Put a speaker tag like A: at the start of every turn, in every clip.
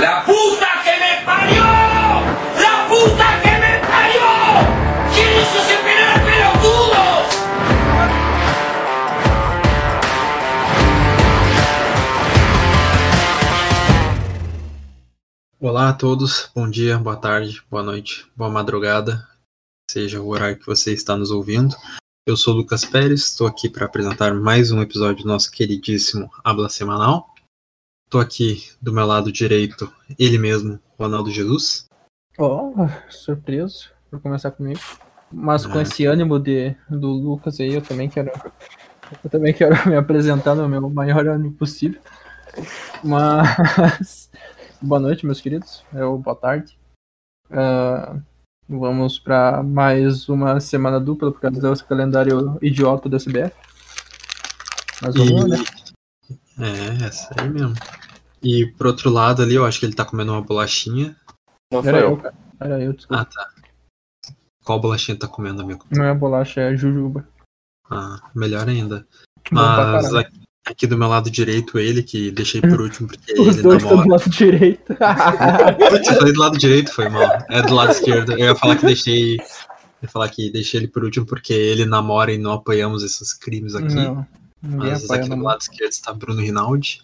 A: La puta que me parió! La puta que me parió! ¿Quién hizo ese penal, pelotudos?
B: Olá a todos, bom dia, boa tarde, boa noite, boa madrugada, seja o horário que você está nos ouvindo. Eu sou o Lucas Pérez, estou aqui para apresentar mais um episódio do nosso queridíssimo Habla Semanal. Estou aqui do meu lado direito, ele mesmo, Ronaldo Jesus.
C: Ó, surpreso por começar comigo. Mas com esse ânimo de, do Lucas aí, eu também quero. Eu também quero me apresentar no meu maior ânimo possível. Mas. Boa noite, meus queridos. É o boa tarde. Ah, vamos para mais uma semana dupla por causa desse calendário idiota da CBF. Mas
B: E...
C: vamos lá, né?
B: É, essa aí mesmo. E por outro lado ali, eu acho que ele tá comendo uma bolachinha.
D: Não
C: Era
D: foi
C: eu,
D: eu.
C: cara. Era eu, desculpa.
B: Ah, tá. Qual bolachinha tá comendo, amigo?
C: Não é bolacha, é jujuba.
B: Ah, melhor ainda.
C: Bom pra
B: Mas
C: caralho.
B: aqui, aqui do meu lado direito, ele, que deixei por último, porque
C: Os
B: ele
C: dois estão
B: namora.
C: do lado direito.
B: Putz, eu falei do lado direito, foi mal. É do lado esquerdo. Eu ia falar que deixei. Eu ia falar que deixei ele por último porque ele namora e não apoiamos esses crimes aqui.
C: Não, ninguém
B: Mas
C: apoia
B: aqui
C: na
B: do
C: mão.
B: lado esquerdo está Bruno Rinaldi.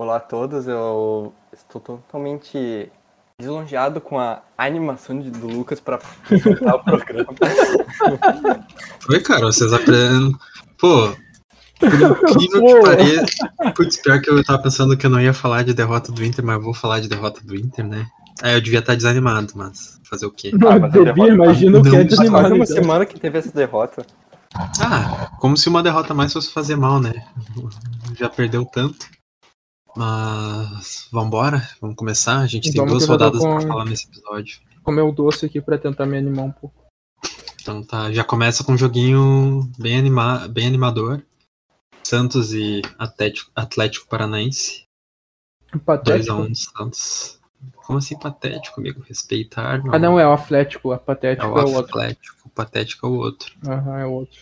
D: Olá a todos, eu estou totalmente deslongeado com a animação de- do Lucas para apresentar o programa.
B: Foi, cara, vocês aprendem. Pô, por incrível que
C: Pô.
B: pareça. Putz, pior que eu tava pensando que eu não ia falar de derrota do Inter, mas eu vou falar de derrota do Inter, né? Aí eu devia estar desanimado, mas fazer o quê?
C: Não,
D: Ah, mas a
C: devia,
D: derrota-
C: imagina o que
B: Não,
C: é
B: mas Animado,
D: Mas faz
C: desanimado.
D: uma
C: então.
D: semana que teve essa derrota.
B: Ah, como se uma derrota a mais fosse fazer mal, né? Já perdeu tanto. Mas vambora, vamos começar. A gente tem duas
C: Vamos que eu já tô
B: rodadas pra
C: com-
B: falar nesse episódio.
C: comer o doce aqui pra tentar me animar um pouco.
B: Então tá, já começa com um joguinho bem, anima... bem animador. Santos e Atlético, Atlético Paranaense.
C: Patético.
B: 2x1 Santos. Como assim patético, amigo? Respeitar.
C: Ah, não, é o Atlético. A
B: É
C: Patético
B: o
C: é o outro.
B: Atlético. O patético é o outro.
C: Aham, é o outro.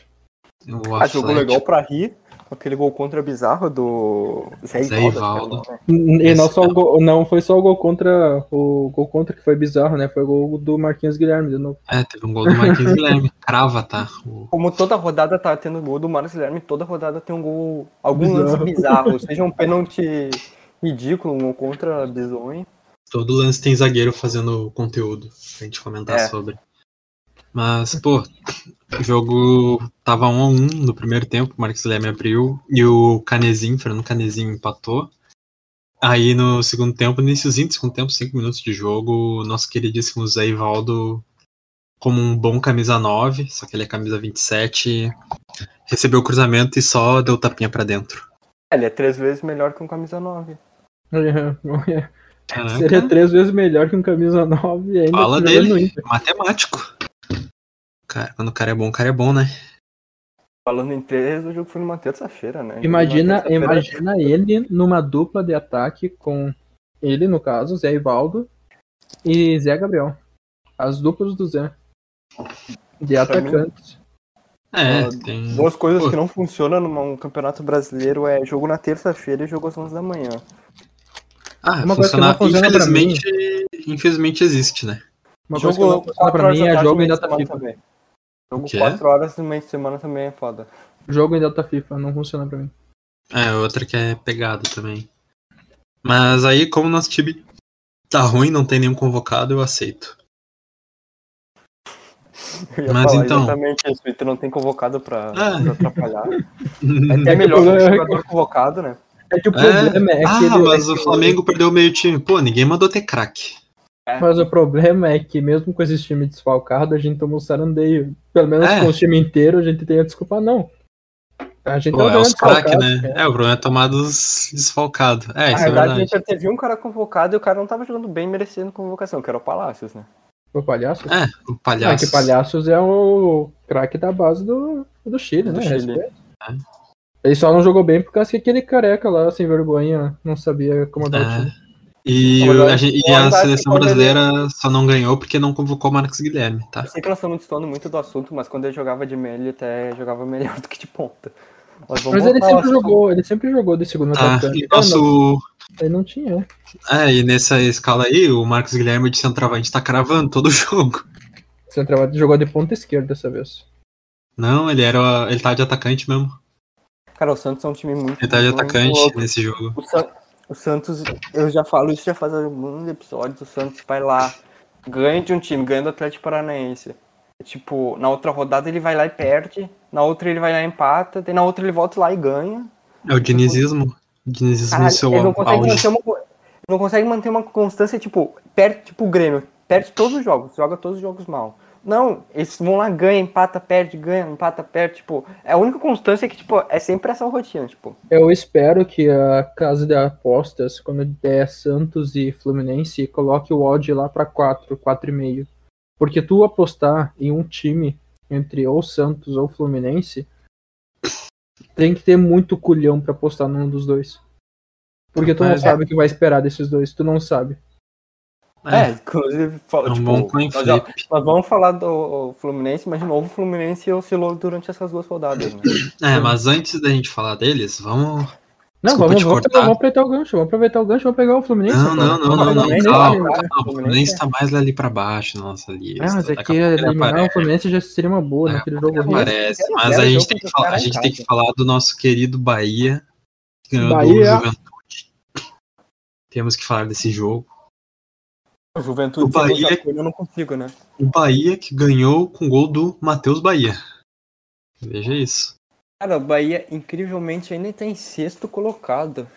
B: O
D: Ah, jogou legal
B: Atlético.
D: pra rir. com Aquele gol contra bizarro do Zé
B: Zé
D: Ivaldo.
B: Ivaldo.
D: acho que é o nome.
C: E não,
B: Esse
C: só o
B: não.
C: gol, não foi só o gol contra. O gol contra que foi bizarro, né? Foi o gol do Marquinhos Guilherme de novo.
B: É, teve um gol do Marquinhos Guilherme. Crava, tá? O
D: Como toda rodada tá tendo gol do Marcos Guilherme, toda rodada tem um gol, algum lance
C: Bizarro.
D: bizarro, seja um pênalti ridículo, um gol contra bizonho.
B: Todo lance tem zagueiro fazendo conteúdo pra gente comentar
D: É.
B: sobre. Mas, pô, o jogo tava 1 a 1 no primeiro tempo, o Marcos Guilherme abriu e o Canezinho, Fernando Canezinho empatou. Aí no segundo tempo, no iníciozinho do segundo tempo, 5 minutos de jogo, o nosso queridíssimo Zé Ivaldo, como um bom camisa 9, só que ele é camisa 27, recebeu o cruzamento e só deu tapinha pra dentro.
D: É, Ele é três vezes melhor que um camisa 9.
B: Caraca,
C: Seria três vezes melhor que um camisa 9 e ainda
B: Fala
C: jogando
B: dele.
C: no Inter.
B: matemático. Cara, quando o cara é bom, o cara é bom, né?
D: Falando em três, o jogo foi numa terça-feira, né? Numa
C: Imagina,
D: terça-feira,
B: é
C: imagina ele numa dupla de ataque com ele, no caso, Zé Ivaldo e Zé Gabriel. As duplas do Zé. De
D: Pra mim-
C: atacantes.
B: É,
D: Ah,
B: tem.
D: Duas coisas
B: Pô.
D: que não funcionam num campeonato brasileiro é jogo na terça-feira e jogo às 11 da manhã.
B: Ah,
C: É Uma coisa que não
B: funcionar-
C: funciona pra mim-
B: infelizmente, infelizmente existe, né?
C: Uma coisa que
D: jogo
C: não funciona pra mim é jogo em data FIFA.
D: também. Jogo
B: quê?
D: 4 horas no meio de semana também é foda.
C: Jogo em data FIFA, não funciona pra mim.
B: É, outra que é pegada também. Mas aí, como nosso time tá ruim, não tem nenhum convocado, eu aceito.
D: Eu ia
B: Mas
D: falar
B: então-
D: exatamente isso. O Inter não tem convocado pra,
B: Ah.
D: pra atrapalhar. É até melhor que o jogador convocado, né?
C: É que o
B: É.
C: problema é, que
B: ah,
C: ele-
B: mas
C: é
B: o
C: que-
B: Flamengo perdeu o meio time. Pô, ninguém mandou ter craque.
C: Mas o problema é que mesmo com esses times desfalcados, a gente tomou um sarandeio. Pelo menos
B: É.
C: com o time inteiro, a gente tem a desculpa, não. A gente
B: Pô,
C: tá
B: é os
C: jogando
B: craques,
C: desfalcado,
B: né?
C: cara.
B: É, o problema é tomar dos desfalcados.
C: Ah,
B: É,
D: Na
B: isso é
D: verdade, o
B: verdade.
D: Inter teve um cara convocado e o cara não tava jogando bem merecendo convocação, que era o Palácios, né?
C: O palhaço.
B: É, o
C: Ah,
B: palhaço.
C: que Palhaços é o craque da base do, do Chile,
D: Do
C: né?
D: Chile.
C: Respeito. Ele só não jogou bem por causa que aquele careca lá, sem vergonha, não sabia comandar o time.
B: É. E,
D: Olha,
B: o- a, gente- e a
C: tá
D: olha,
B: seleção
D: olha,
B: brasileira só não ganhou porque não convocou o Marcos Guilherme, tá?
D: Eu sei que nós estamos destoando muito do assunto, mas quando ele jogava de meia, ele até jogava melhor do que de ponta. Mas, vamos
C: Mas ele
D: voltar ao
C: sempre
D: assunto.
C: jogou, ele sempre jogou de segundo
B: Tá,
C: atacante.
B: e nosso.
C: Ele não tinha. né?
B: É, e nessa escala aí, o Marcos Guilherme de centroavante tá cravando todo o jogo.
C: Centroavante jogou de ponta esquerda dessa vez.
B: Não, ele era. Ele tava de atacante mesmo.
D: Cara, o Santos é um time muito.
B: Ele tava de
D: muito
B: atacante
D: louco.
B: nesse jogo.
D: O, San- o Santos, eu já falo isso já faz alguns episódios, o Santos vai lá, ganha de um time, ganha do Atlético Paranaense. Tipo, na outra rodada ele vai lá e perde, na outra ele vai lá e empata, daí na outra ele volta lá e ganha.
B: É o dinizismo. O dinizismo
D: Caralho,
B: no seu
D: ele não consegue,
B: auge.
D: manter uma, co- não consegue manter uma constância, tipo, perde, tipo o Grêmio, perde todos os jogos, joga todos os jogos mal. Não, eles vão lá, ganha, empata, perde, ganha, empata, perde, tipo, é a única constância que, tipo, é sempre essa rotina, tipo.
C: Eu espero que a casa de apostas, quando der Santos e Fluminense, coloque o odd lá pra 4, 4,5. Porque tu apostar em um time entre ou Santos ou Fluminense, tem que ter muito culhão pra apostar num dos dois. Porque tu não
B: Mas- é.
C: sabe o que vai esperar desses dois, tu não sabe.
D: É, inclusive, fala,
B: É um
D: tipo,
B: bom coin
D: nós já-
B: flip.
D: Mas vamos falar do Fluminense, mas de novo o Fluminense oscilou durante essas duas rodadas. Né?
B: É, mas antes da gente falar deles, vamos. ah,
C: Não,
B: Desculpa
C: vamos,
B: te
C: vamos,
B: cortar.
C: pegar- vamos aproveitar o gancho, vamos aproveitar o gancho, vamos pegar o Fluminense.
B: Não,
C: agora.
B: não, não, não, não.
C: Fluminense,
B: Calma,
C: né?
B: calma. O Fluminense tá mais ali pra baixo na nossa lista.
C: Ah, mas
B: Daqui
D: é
B: tá a
C: aqui
B: pouco ele
C: eliminar o
B: aparece.
C: Fluminense já seria uma boa
B: É,
C: naquele jogo
B: Ele
C: horrível.
B: aparece.
D: Zero a
B: Mas
D: zero,
B: a gente,
D: é jogo
B: tem que
D: contra o
B: falar, a
D: Ceará em
B: gente tem que
D: casa.
B: falar do nosso querido Bahia. que ganhou do
C: Bahia.
B: Juventude. Temos que falar desse jogo.
D: O Juventude
B: O Bahia-
D: sem o Jacone, eu não consigo, né?
B: O Bahia que ganhou com gol do Matheus Bahia. Veja isso.
D: Cara, o Bahia incrivelmente ainda tá em sexto colocado.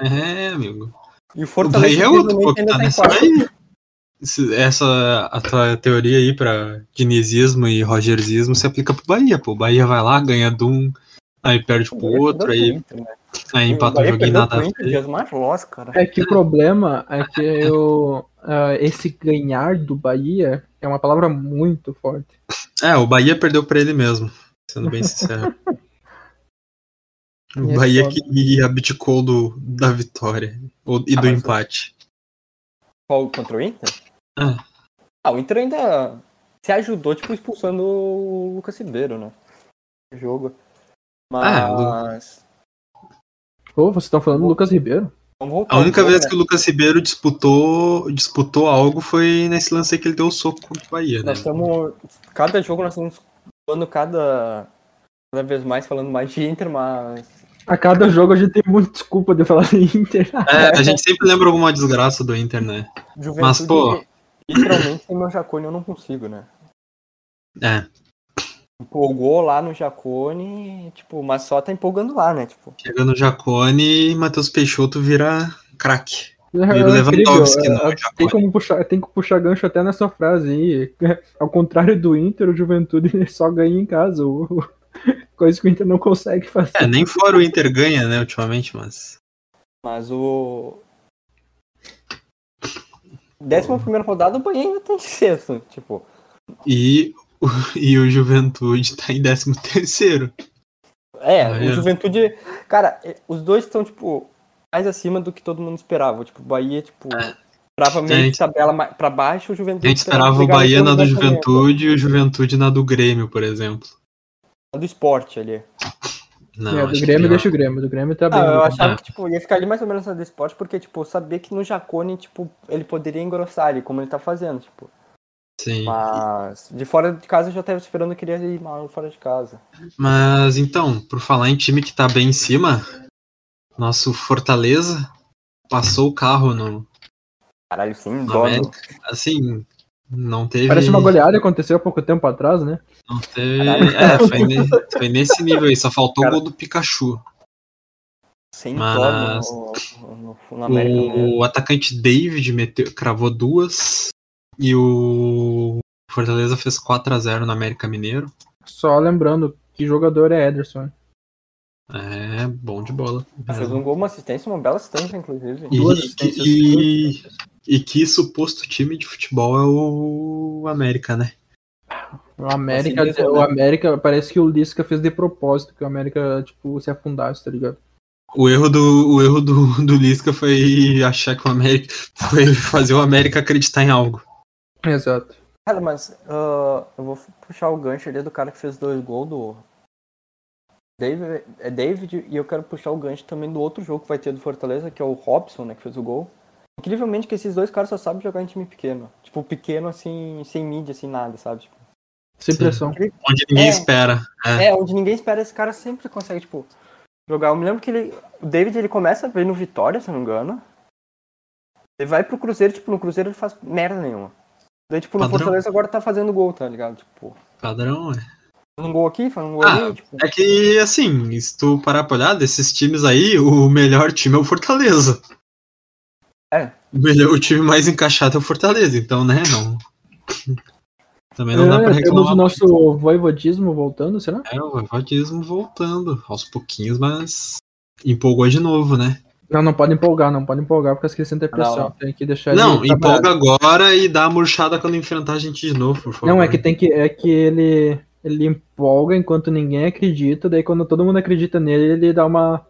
B: É, amigo.
D: E o
B: O
D: Fortaleza
B: Bahia é outro pô,
D: incrivelmente
B: que
D: ainda
B: tá
D: tá em
B: nessa
D: quarto.
B: aí. Esse- Essa a tua teoria aí pra dinizismo e rogerzismo se aplica pro Bahia, pô. O Bahia vai lá, ganha de um, aí perde pro é outro, aí, aí empata o
D: Bahia
B: jogo e
D: perdeu
B: nada. a
D: pro
B: ver.
D: Inter, Dias Marlos, cara.
C: É que o problema é que eu, ah, esse ganhar do Bahia é uma palavra muito forte.
B: É, o Bahia perdeu pra ele mesmo, sendo bem sincero.
C: E
B: o
C: é
B: Bahia
C: foda.
B: que abdicou do, da vitória ou, e
D: Ah,
B: do
D: mas-
B: empate.
D: Qual, contra o Inter?
B: Ah.
D: Ah, o Inter ainda se ajudou, tipo, expulsando o Lucas Ribeiro, né? No jogo.
B: Ah, Lu-
D: Mas...
C: Pô, vocês estão falando do Lucas Ribeiro?
D: vamos voltar
B: A
D: ao
B: única
D: jogo,
B: vez
D: né?
B: que o Lucas Ribeiro disputou, disputou algo foi nesse lance aí que ele deu o soco contra o Bahia, né?
D: Nós estamos. Cada jogo nós estamos falando cada. Cada vez mais falando mais de Inter, mas.
C: A cada jogo a gente tem muita desculpa de falar de Inter.
B: É, a gente sempre lembra alguma desgraça do Inter, né?
D: Juventude,
B: Mas, pô-
D: Literalmente sem meu Jacone eu não consigo, né?
B: É,
D: Empolgou lá no Jacone, tipo, mas só tá empolgando lá, né? Tipo,
B: chegando o Jacone e Matheus Peixoto vira craque.
C: É
B: Vira o
C: incrível,
B: Lewandowski, né?
C: é-
B: não,
C: é-
B: o
C: Tem
B: Jacone.
C: como puxar, tem que puxar gancho até nessa frase aí. Ao contrário do Inter, o Juventude só ganha em casa. o- o- Coisa que o Inter não consegue fazer.
B: É, nem fora o Inter ganha, né, ultimamente, mas.
D: mas o. Décima primeira rodada, o Bahia ainda tem sexto. Tipo,
B: E, e o Juventude tá em 13 terceiro.
D: É,
B: Ah,
D: o
B: é.
D: Juventude. Cara, eh, os dois estão, tipo, mais acima do que todo mundo esperava. Tipo, o Bahia, tipo, esperava meio
B: É. gente-
D: que tabela ma- pra baixo, o
B: A
D: Juventude.
C: Tá,
B: gente esperava o
D: brigar
B: Bahia
D: pelo
B: na do
D: rebaixamento,
B: Juventude e o Juventude na do Grêmio, por exemplo.
D: na Do esporte ali.
B: Não,
C: É,
B: acho
C: do
B: que
C: Grêmio
B: não.
C: deixa o Grêmio, do Grêmio tá bem.
D: Ah, eu
C: né?
D: achava
B: Ah.
D: que, tipo, ia ficar ali mais ou menos na do esporte, porque, tipo, eu sabia que no Jacone, tipo, ele poderia engrossar ali, como ele tá fazendo, tipo.
B: Sim.
D: Mas de fora de casa eu já tava esperando que ele ia ir mal fora de casa.
B: Mas então, por falar em time que tá bem em cima, nosso Fortaleza passou o carro no,
D: Caralho, sim,
B: no
D: dó. né?
B: América. Assim, não teve.
C: Parece uma goleada que aconteceu há pouco tempo atrás, né?
B: Não teve.
D: Caralho.
B: É, foi, ne- foi nesse nível aí, só faltou o
D: Cara.
B: gol do Pikachu.
D: Sem
B: Mas-
D: dó no, no, no, no América. né?
B: O atacante David meteu, cravou duas e o Fortaleza fez 4 a 0 no América Mineiro.
C: Só lembrando que jogador é Ederson.
B: É, bom de bola.
D: Fez um gol, uma assistência, uma bela assistência, inclusive.
B: E-
C: Duas assistências.
B: e- E que suposto time de futebol é o América, né?
C: O América, é,
D: Assim mesmo,
C: o
D: né?
C: América, parece que o Lisca fez de propósito que o América, tipo, se afundasse, tá ligado?
B: O erro do, o erro do, do Lisca foi achar que o América. Foi fazer o América acreditar em algo.
C: Exato.
D: Cara, mas ah, eu vou puxar o gancho ali do cara que fez dois gols do. David, é David, e eu quero puxar o gancho também do outro jogo que vai ter do Fortaleza, que é o Robson, né, que fez o gol. Incrivelmente que esses dois caras só sabem jogar em time pequeno. Tipo, pequeno assim, sem mídia, sem nada, sabe? Tipo,
C: Sem
B: Sim.
C: pressão.
B: Onde ninguém
D: É.
B: espera. É.
D: É, onde ninguém espera, esse cara sempre consegue, tipo, jogar. Eu me lembro que ele. O David ele começa bem no Vitória, se eu não me engano. Ele vai pro Cruzeiro, tipo, no Cruzeiro ele faz merda nenhuma. Daí, tipo, no
B: Padrão.
D: Fortaleza agora tá fazendo gol, tá ligado? Tipo,
B: Padrão, é.
D: fazendo um gol aqui, fazendo gol
B: Ah,
D: ali, tipo.
B: É que, assim, se tu parar pra olhar, desses times aí, o melhor time é o Fortaleza.
D: É.
B: O, melhor, o time mais encaixado é o Fortaleza, então, né, não... Também não dá pra
C: É, temos
B: reclamar.
C: o nosso voivodismo voltando, será?
B: É, o evatismo voltando, aos pouquinhos, mas empolgou de novo, né?
C: Não, não pode empolgar, não pode empolgar, porque as crianças têm pressão.
D: não.
C: Tem que deixar ele
B: não,
C: trabalhar.
B: empolga agora e dá a murchada quando enfrentar a gente de novo, por favor.
C: Não, é que tem que. É que ele. Ele empolga enquanto ninguém acredita, daí quando todo mundo acredita nele, ele dá uma.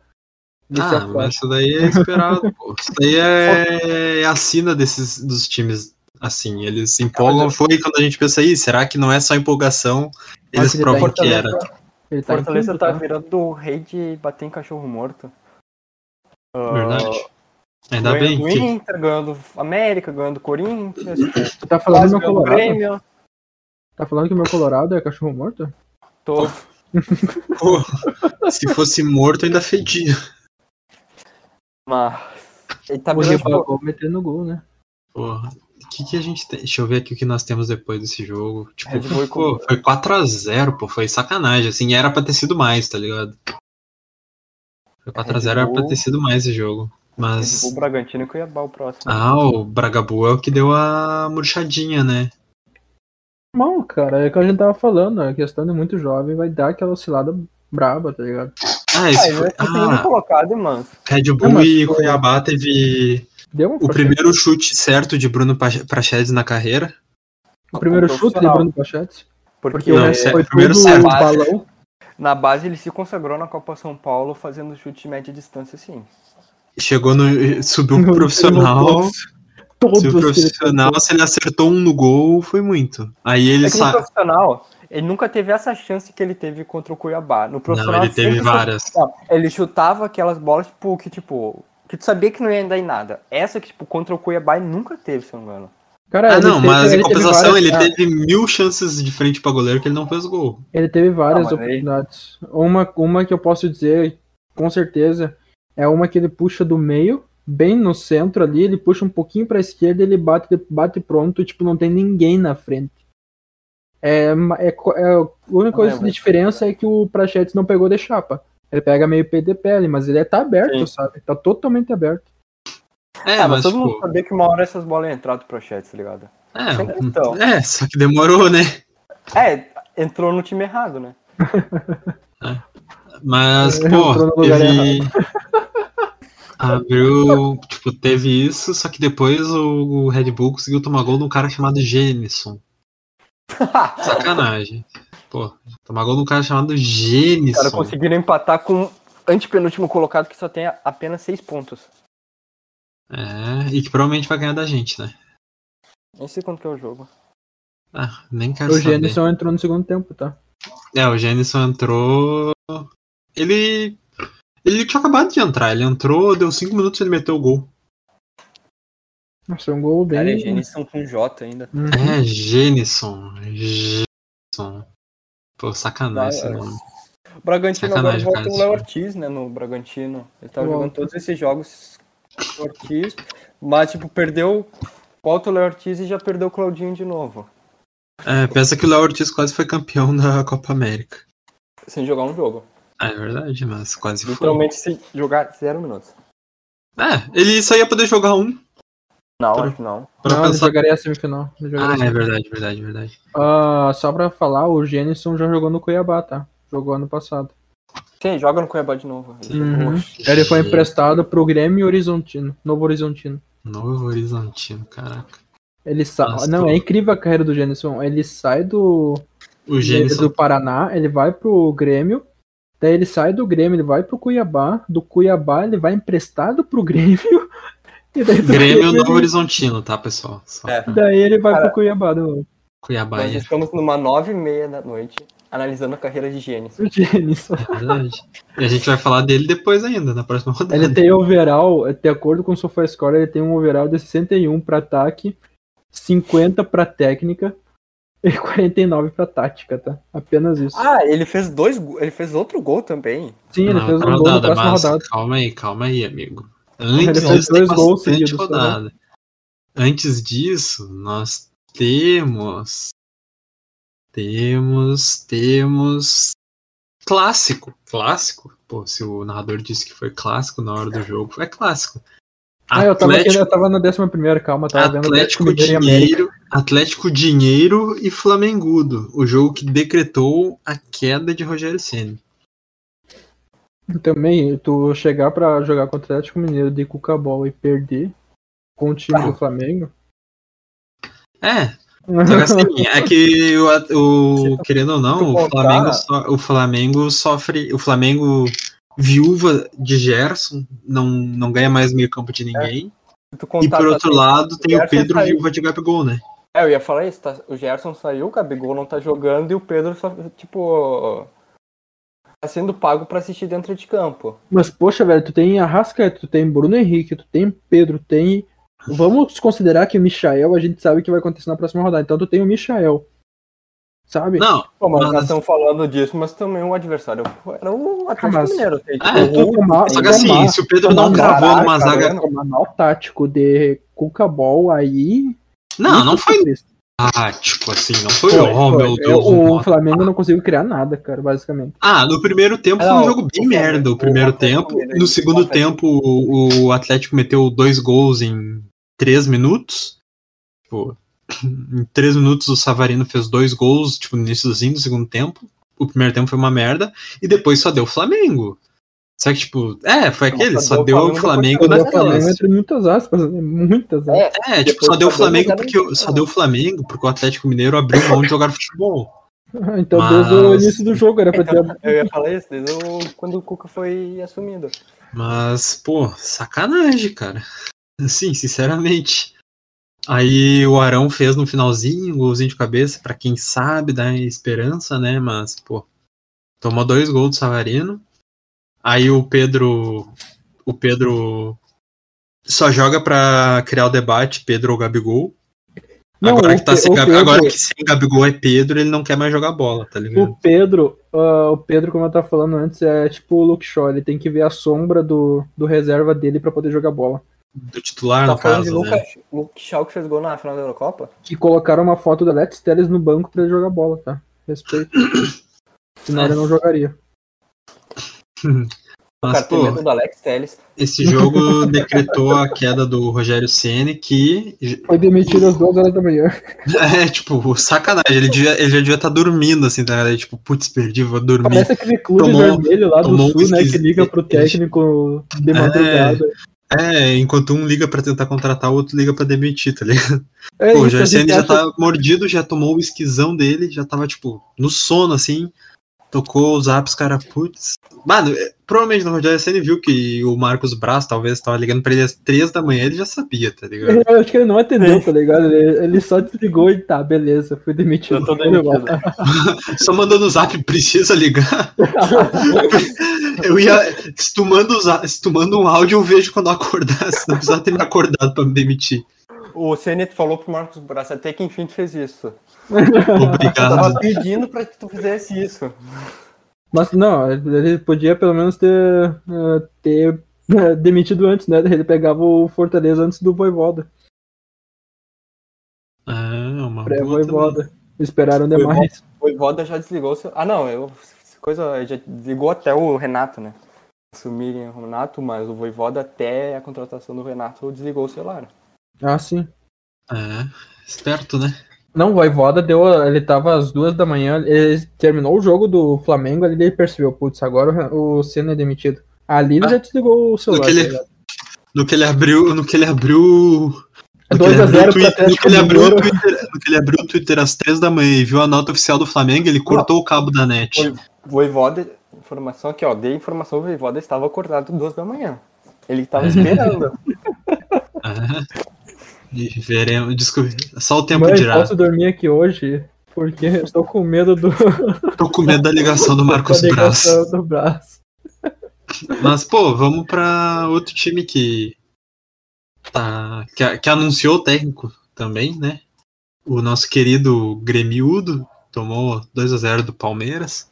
C: Ele se
B: Ah,
C: afasta.
B: mas isso daí é esperado, pô. Isso daí é, é a sina desses, dos times, assim, eles se empolgam. Foi quando a gente pensa aí, será que não é só empolgação? Eles
C: Mas ele tá
B: provam
C: em
B: que era.
C: Ele tá em
D: Fortaleza
C: quinto,
D: tá
C: tá?
D: virando o rei de bater em cachorro morto. Ah,
B: Verdade. Ainda
D: ganhando
B: bem
D: do
B: que
D: Inter, ganhando do América, ganhando do Corinthians,
C: Tu tá falando
D: quase
C: do meu
D: ganhando do
C: Colorado?
D: Grêmio.
C: Tá falando que o meu Colorado é cachorro morto?
D: Tô...
B: pô, se fosse morto ainda fedia.
D: Mas. Ele tá
C: Porque
D: virando, tipo,
C: eu vou meter no gol, né?
B: Porra. O que, que a gente tem? Deixa eu ver aqui o que nós temos depois desse jogo. Tipo,
D: Red Bull e
B: pô,
D: Corinthians.
B: foi 4x0, pô. Foi sacanagem, assim. Era pra ter sido mais, tá ligado? Foi 4x0, era
D: É, Bull.
B: pra ter sido mais esse jogo.
D: Red Bull,
B: Mas.
D: tipo, Bragantino e Cuiabá o próximo.
B: Ah, o Bragabu é o que deu a murchadinha, né?
C: Mal, cara, é o que a gente tava falando, a questão de muito jovem vai dar aquela oscilada braba, tá ligado?
B: Ah,
D: Ah,
B: esse
D: ele
B: foi.
D: vai ser segundo
B: Ah,
D: colocado, mano.
B: Red
C: Não,
B: Bull
C: mas
B: e
C: foi-
B: Cuiabá teve
C: Deu uma
B: o primeiro chute certo de Bruno Pache- Prachedes na carreira.
C: o primeiro chute de
D: profissional.
C: Bruno Pachetes, porque
D: Porque
B: Não,
C: né,
B: sério,
C: foi
B: primeiro
C: tudo
B: sério.
C: balão.
D: na base ele se consagrou na Copa São Paulo fazendo chute de média distância, sim.
B: Chegou no. Subiu pro profissional.
C: Todos
B: Se o
C: que ele
B: profissional, se ele acertou um no gol, foi muito. Aí ele
D: É que no
B: sabe.
D: profissional, ele nunca teve essa chance que ele teve contra o Cuiabá. No
B: Não,
D: profissional,
B: ele teve
D: sempre É,
B: várias.
D: chu- não, ele chutava aquelas bolas, tipo, que tipo. Que tu sabia que não ia dar em nada. Essa que, tipo, contra o Cuiabá ele nunca teve, se eu não me engano.
C: Cara,
B: Ah,
C: ele
B: não,
C: teve-
B: mas em
C: ele teve
B: compensação
C: várias-
B: ele
C: ah,
B: teve mil chances de frente pra goleiro que ele não fez gol.
C: Ele teve várias
D: Ah, mas aí-
C: oportunidades. Uma, uma que eu posso dizer, com certeza, é uma que ele puxa do meio, bem no centro ali, ele puxa um pouquinho pra esquerda, ele bate, bate pronto, tipo, não tem ninguém na frente. É, ma- é, co- é- a única coisa
D: lembro.
C: de diferença é que o Prachetes não pegou de chapa. Ele pega meio PDPL, mas ele tá aberto,
D: Sim.
C: sabe? Tá totalmente aberto.
B: É,
D: ah, mas,
B: mas
D: todo mundo
B: tipo.
D: sabia que uma hora essas bolas iam entrar do Prochete, tá ligado? Sem questão.
B: É, é, só que demorou, né?
D: É, entrou no time errado, né?
B: Mas,
C: É, entrou
B: pô,
C: no lugar
B: teve. Abriu. Tipo, teve isso, só que depois o, o Red Bull conseguiu tomar gol de um cara chamado Jenison. Sacanagem. Pô, tomar gol de um cara chamado
D: Os caras
B: Jenison.
D: conseguiram empatar com o antepenúltimo colocado que só tem a- apenas seis pontos.
B: É, e que provavelmente vai ganhar da gente, né?
D: Nem sei quanto que é o jogo.
B: Ah, nem quero
C: O
B: saber.
C: Gênison entrou no segundo tempo, tá?
B: É, o Jenison entrou. Ele. Ele tinha acabado de entrar, ele entrou, deu 5 minutos e ele meteu o gol.
C: Nossa, é um gol bem.
D: Cara, eles são com J ainda.
C: Uhum.
B: É, Jenison. Jenison. Pô, sacanagem esse
D: Vai,
B: nome.
D: O Bragantino agora
B: Sacanagem,
D: volta
B: cara,
D: o
B: esse
D: Léo
B: jogo.
D: Ortiz, né? No Bragantino. Ele tava
C: Volta.
D: jogando todos esses jogos com o Ortiz. Mas, tipo, perdeu. Volta o Léo Ortiz e já perdeu o Claudinho de novo.
B: É, pensa que o Léo Ortiz quase foi campeão da Copa América.
D: Sem jogar um jogo.
B: Ah, é verdade, mas quase foi.
D: Literalmente sem jogar zero minutos.
B: É, ele só ia poder jogar um
D: Não,
B: Pra-
D: acho que não.
B: pra
C: não, ele
B: pensar.
C: jogaria a semifinal. Ele jogaria a
B: Ah, é verdade, verdade, verdade.
C: Ah, só pra falar, o Gênison já jogou no Cuiabá, tá? Jogou ano passado.
D: Sim, joga no Cuiabá de novo. Ele
C: Uhum.
D: jogou.
C: Ele foi
B: Gente.
C: emprestado pro Grêmio Horizontino, Novo Horizontino.
B: Novo Horizontino, caraca.
C: Ele sai.
B: Nossa,
C: Não,
B: tô-
C: é incrível a carreira do Gênison. Ele sai do,
B: O
C: é do
B: Gênison.
C: Paraná, ele vai pro Grêmio. Daí ele sai do Grêmio, ele vai pro Cuiabá. Do Cuiabá, ele vai emprestado pro Grêmio. E daí do
B: Grêmio Novo
C: ele,
B: Horizontino, tá, pessoal? Só
D: É.
C: daí ele vai
D: Cara,
C: pro Cuiabá. de novo.
B: Cuiabá
D: Nós
B: aí.
D: estamos numa nove e meia da noite. analisando a carreira de Gênesis.
C: O Gênesis.
B: É verdade. E a gente vai falar dele depois ainda, na próxima rodada.
C: Ele tem overall, de acordo com o SofaScore, ele tem um overall de 61 pra ataque, 50 pra técnica e 49 pra tática, tá? Apenas isso.
D: Ah, ele fez dois, go- ele fez outro gol também.
C: Sim, ele
B: Na
C: fez um
B: outra
C: gol na
B: tá rodada,
C: próxima
B: mas
C: rodada.
B: Calma aí, calma aí, amigo. Antes
C: fez
B: disso,
C: dois
B: tem
C: gols
B: bastante
C: seguidos, tá bom?
B: rodada. Antes disso, nós temos. Temos. Temos. Clássico. Clássico. Pô, se o narrador disse que foi clássico na hora do jogo, é clássico.
C: Ah, eu tava, aqui, eu tava na 11, calma, tava vendo
B: Atlético,
C: Atlético Mineiro e América.
B: Dinheiro, Atlético Dinheiro e Flamengudo, o jogo que decretou a queda de Rogério Ceni.
C: Também, tu chegar pra jogar contra o Atlético Mineiro de Cucabol e perder com o time do Flamengo.
B: É, só que assim, é que o, at- o- querendo ou não,
C: Se
B: o
C: tu
B: Flamengo,
C: contar-
B: so- o Flamengo sofre, o Flamengo viúva de Gerson, não, não ganha mais meio campo de ninguém.
D: Se tu
B: E
D: contar
B: por outro
D: também-
B: lado tem o
D: assim, Gerson
B: Pedro
D: saiu.
B: viúva de Gabigol, né?
D: É, eu ia falar isso, tá? O Gerson saiu, o Gabigol não tá jogando e o Pedro só, tipo. Tá sendo pago pra assistir dentro de campo.
C: Mas, poxa, velho, tu tem Arrascaeta, tu tem Bruno Henrique, tu tem Pedro, tem. Vamos considerar que o Michael, a gente sabe que vai acontecer na próxima rodada. Então tu tem o Michael. Sabe?
B: Não,
D: Pô, mas
B: Mas-
D: nós estamos falando disso, mas também o adversário era o Atlético
C: Ah, mas-
D: Mineiro. Tem,
B: Ah,
D: tipo,
B: é,
D: o-
C: tomar,
B: só que assim, se o Pedro não cravou
D: Caraca,
B: numa zaga.
D: né?
C: tomar mal tático de Cucabol aí.
B: Não, não
C: isso
B: foi
C: é triste.
B: tático, assim, não foi,
C: Foi,
B: oh,
C: foi.
B: meu Deus.
C: o
B: nossa.
C: Flamengo não conseguiu criar nada, cara, basicamente.
B: Ah, no primeiro tempo
D: Não,
B: foi um jogo bem
D: o Flamengo-
B: merda. O
D: o
B: primeiro
D: Atlético
B: tempo.
D: Mineiro-
B: No
D: o
B: segundo
D: Atlético-
B: tempo, o, o Atlético meteu dois gols em três minutos. Tipo, em três minutos o Savarino fez dois gols, tipo, no iníciozinho do segundo tempo. O primeiro tempo foi uma merda. E depois só deu o Flamengo. Só que, tipo, é, foi
D: Não,
B: aquele,
D: só
B: só
D: deu o
B: deu o
D: Flamengo
B: Flamengo
D: depois
C: Mas
B: na
C: o Flamengo
B: tela.
C: entre muitas aspas, né? muitas aspas.
D: É,
B: É, tipo,
D: Depois
B: só deu o
D: só deu né?
B: Flamengo
D: nada
B: porque
D: em-
B: só deu o Flamengo porque o Atlético Mineiro abriu mão de jogar futebol.
C: Então,
B: Mas-
C: desde o início do jogo era pra ter
D: Eu ia falar isso desde o- quando o Cuca foi assumido.
B: Mas, pô, sacanagem, cara. Assim, sinceramente. Aí o Arão fez no finalzinho, um golzinho de cabeça, pra quem sabe, dá esperança, né? Mas, pô, tomou dois gols do Savarino. Aí o Pedro. O Pedro só joga pra criar o debate, Pedro ou Gabigol.
C: Não,
B: agora,
C: o
B: que tá
C: Pe-
B: sem
C: o
B: Gabi- agora
C: Pedro-
B: que sem Gabigol é Pedro, ele não quer mais jogar bola, tá ligado?
C: O Pedro, ah, o Pedro, como eu tava falando antes, é tipo o Luke Shaw, ele tem que ver a sombra do, do reserva dele pra poder jogar bola.
B: Do titular,
D: Tá
B: no
D: falando de
B: caso, né?
D: Lucas Luke Shaw que fez gol na final da Eurocopa?
C: E colocaram uma foto da Let's Telles no banco pra ele jogar bola, tá? Respeito. Senão ele não jogaria.
D: O
B: Mas,
D: cara tem
B: pô,
D: medo do Alex Telles.
B: Esse jogo decretou a queda do Rogério Ceni, que
C: Foi demitido às duas horas da manhã.
B: é tipo sacanagem. Ele, devia- ele já devia estar dormindo assim, tá? ligado? Tipo, putz, perdi, vou dormir.
C: Parece aquele clube
B: Tomou-
C: vermelho lá do
B: tomou um
C: sul, né? Que
B: esquisito.
C: liga pro técnico de madrugada.
B: É, enquanto um liga pra tentar contratar, o outro liga pra demitir, tá ligado?
C: É,
B: Pô, o
C: isso, a
B: Rogério Ceni
C: gente
B: já
C: acha
B: tá mordido, já tomou o esquizão dele, já tava tipo no sono assim. Tocou os apps, cara, putz. Mano, é, provavelmente no Rogério Ceni viu que o Marcos Braz talvez tava ligando pra ele às três da manhã, ele já sabia, tá ligado?
C: Eu acho que ele não
D: É.
C: atendeu, tá ligado? Ele, ele só desligou e tá, beleza, fui demitido.
D: Eu tô demitido.
C: né?
B: Só mandou no zap, precisa ligar. Eu ia. Se tu, manda os á- se tu manda um áudio, eu vejo quando eu acordar. Se não precisar ter me acordado pra me demitir.
D: O CNT falou pro Marcos Braz até que enfim tu fez isso. Eu
B: Obrigado.
D: tava pedindo pra que tu fizesse isso.
C: Mas não, ele podia pelo menos ter, eh, ter eh, demitido antes, né? Ele pegava o Fortaleza antes do Voivoda,
B: Ah, uma boa também.
C: pré-Voivoda. Esperaram demais.
D: O Ivoda já desligou o seu... Ah, não, eu... Coisa, já desligou até o Renato, né? Assumirem o Renato, mas o Voivoda até a contratação do Renato desligou o celular.
C: Ah, sim.
B: É, esperto, né?
C: Não, o Voivoda deu. Ele tava às duas da manhã, ele terminou o jogo do Flamengo, ali ele percebeu, putz, agora o Re- o Senna é demitido. Ali ele
B: Ah,
C: já desligou o celular.
B: aquele-
C: tá ligado?
B: No que ele abriu. No que ele abriu. No que ele
C: 2 É a
B: abriu
C: 0
B: o Twitter-
C: pro
B: no que ele
C: Atlético
B: abriu o
C: Mineiro.
B: Twitter- no que ele abriu o Twitter às três da manhã e viu a nota oficial do Flamengo, ele cortou o cabo da net.
D: O Voivoda... Informação aqui, ó. Dei informação, o Voivoda estava acordado duas da manhã. Ele tava esperando.
B: Ah, É. e veremos. descobri- Só o tempo
C: Mãe,
B: dirá.
C: posso dormir aqui hoje? Porque eu estou com medo do,
B: Tô com medo da ligação do Marcos
C: da
B: Braz.
C: negação do braço.
B: Mas, pô, vamos pra outro time que. Tá, que, que anunciou o técnico também, né? O nosso querido Gremiudo tomou 2 a 0 do Palmeiras.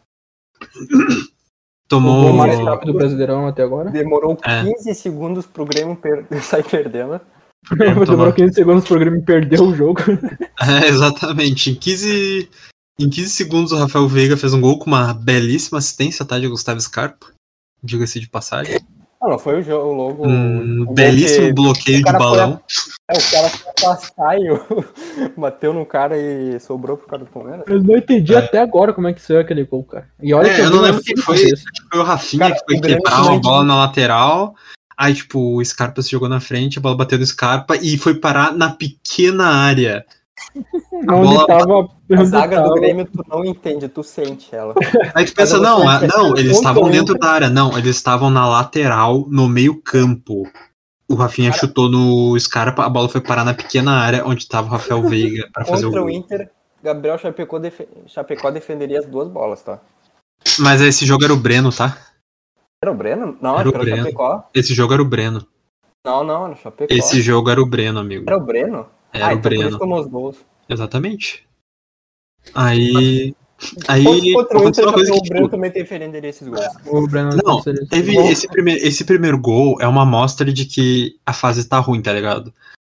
C: O
B: Tomou.
C: gol mais rápido do Brasileirão até agora.
D: Demorou
B: É.
D: 15 segundos pro Grêmio per- sair perdendo.
B: Grêmio
C: Demorou
B: tomou-
C: 15 segundos pro Grêmio perder o jogo.
B: É, exatamente. Em 15, em 15 segundos o Rafael Veiga fez um gol com uma belíssima assistência, tá? De Gustavo Scarpa. Diga-se de passagem.
D: Ah, não, foi o jogo logo.
B: Um
D: o gol
B: belíssimo
D: que-
B: bloqueio
D: o
B: de
D: cara foi
B: balão.
D: É, o cara foi passar e o- bateu no cara e sobrou pro cara do Palmeiras.
C: Eu não entendi
B: É.
C: até agora como é que saiu aquele gol, cara. E olha
B: É,
C: que
B: eu
C: vi
B: não
C: umas
B: lembro quem
C: cinco
B: foi.
C: vezes.
B: Foi o Rafinha
D: Cara,
B: que foi
D: o Grêmio
B: quebrar uma
D: realmente-
B: bola na lateral. Aí, tipo, o Scarpa se jogou na frente, a bola bateu no Scarpa e foi parar na pequena área. bola-
C: Onde tava.
D: A
C: onde
D: zaga do
C: tava-
D: Grêmio tu não entende, tu sente ela.
B: Aí tu pensa,
D: Mas eu
B: não,
D: vou é
B: ah,
D: ser
B: não, eles
D: muito
B: estavam
D: ruim.
B: dentro da área. Não, eles estavam na lateral, no meio-campo. O Rafinha chutou no Scarpa, a bola foi parar na pequena área onde tava o Rafael Veiga pra fazer o
D: Contra o
B: gol.
D: Inter, Gabriel Chapecó, defe- Chapecó defenderia as duas bolas, tá?
B: Mas esse jogo era o Breno, tá?
D: Era o Breno? Não,
B: Era
D: era,
B: o
D: o
B: Breno.
D: Chapecó.
B: Esse jogo era o Breno.
D: Não, não, era o Chapecó.
B: Esse jogo era o Breno, amigo.
D: Era o Breno?
B: Era
D: ah,
B: o
D: então por isso
B: Breno.
D: tomou os gols. Exatamente.
B: Aí. Aí.
D: Contra o
B: aconteceu
D: Inter,
B: uma coisa
D: o
B: que,
D: Breno
B: tipo,
D: também defenderia esses gols.
C: O Breno
B: Não,
C: seria-
B: Teve esse, prime esse primeiro gol é uma amostra de que a fase tá ruim, tá ligado?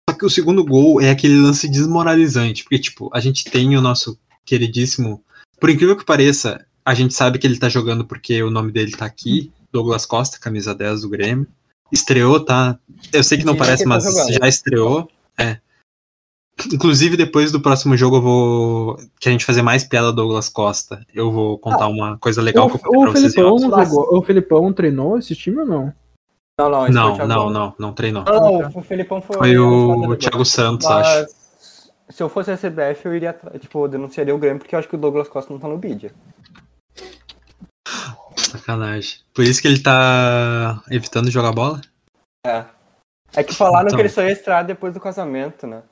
B: Só que o segundo gol é aquele lance desmoralizante, porque, tipo, a gente tem o nosso queridíssimo. Por incrível que pareça, a gente sabe que ele tá jogando porque o nome dele tá aqui, Douglas Costa, camisa 10 do Grêmio. Estreou, tá? Eu sei que não
D: Sim, já
B: parece,
D: que ele
B: mas
D: tá jogando.
B: já estreou. É. Inclusive, depois do próximo jogo, eu vou. Que a gente fazer mais piada do Douglas Costa. Eu vou contar uma coisa legal que eu falei
C: O, o
B: pra vocês. em
C: Felipão
B: off.
C: jogou- o Felipão treinou esse time ou não?
D: Não, não, esse foi o
B: Não,
D: Thiago
B: não,
D: Nunes.
B: não, não treinou.
D: Não, o Felipão foi,
B: Foi
D: lançado
B: o
D: depois.
B: Thiago Santos, acho.
D: Mas se eu fosse a CBF, eu iria, atrás, tipo, eu denunciaria o Grêmio, porque eu acho que o Douglas Costa não tá no bid.
B: Sacanagem. Por isso que ele tá evitando jogar bola?
D: É. É que falaram
B: Então.
D: que ele só ia estrear depois do casamento, né?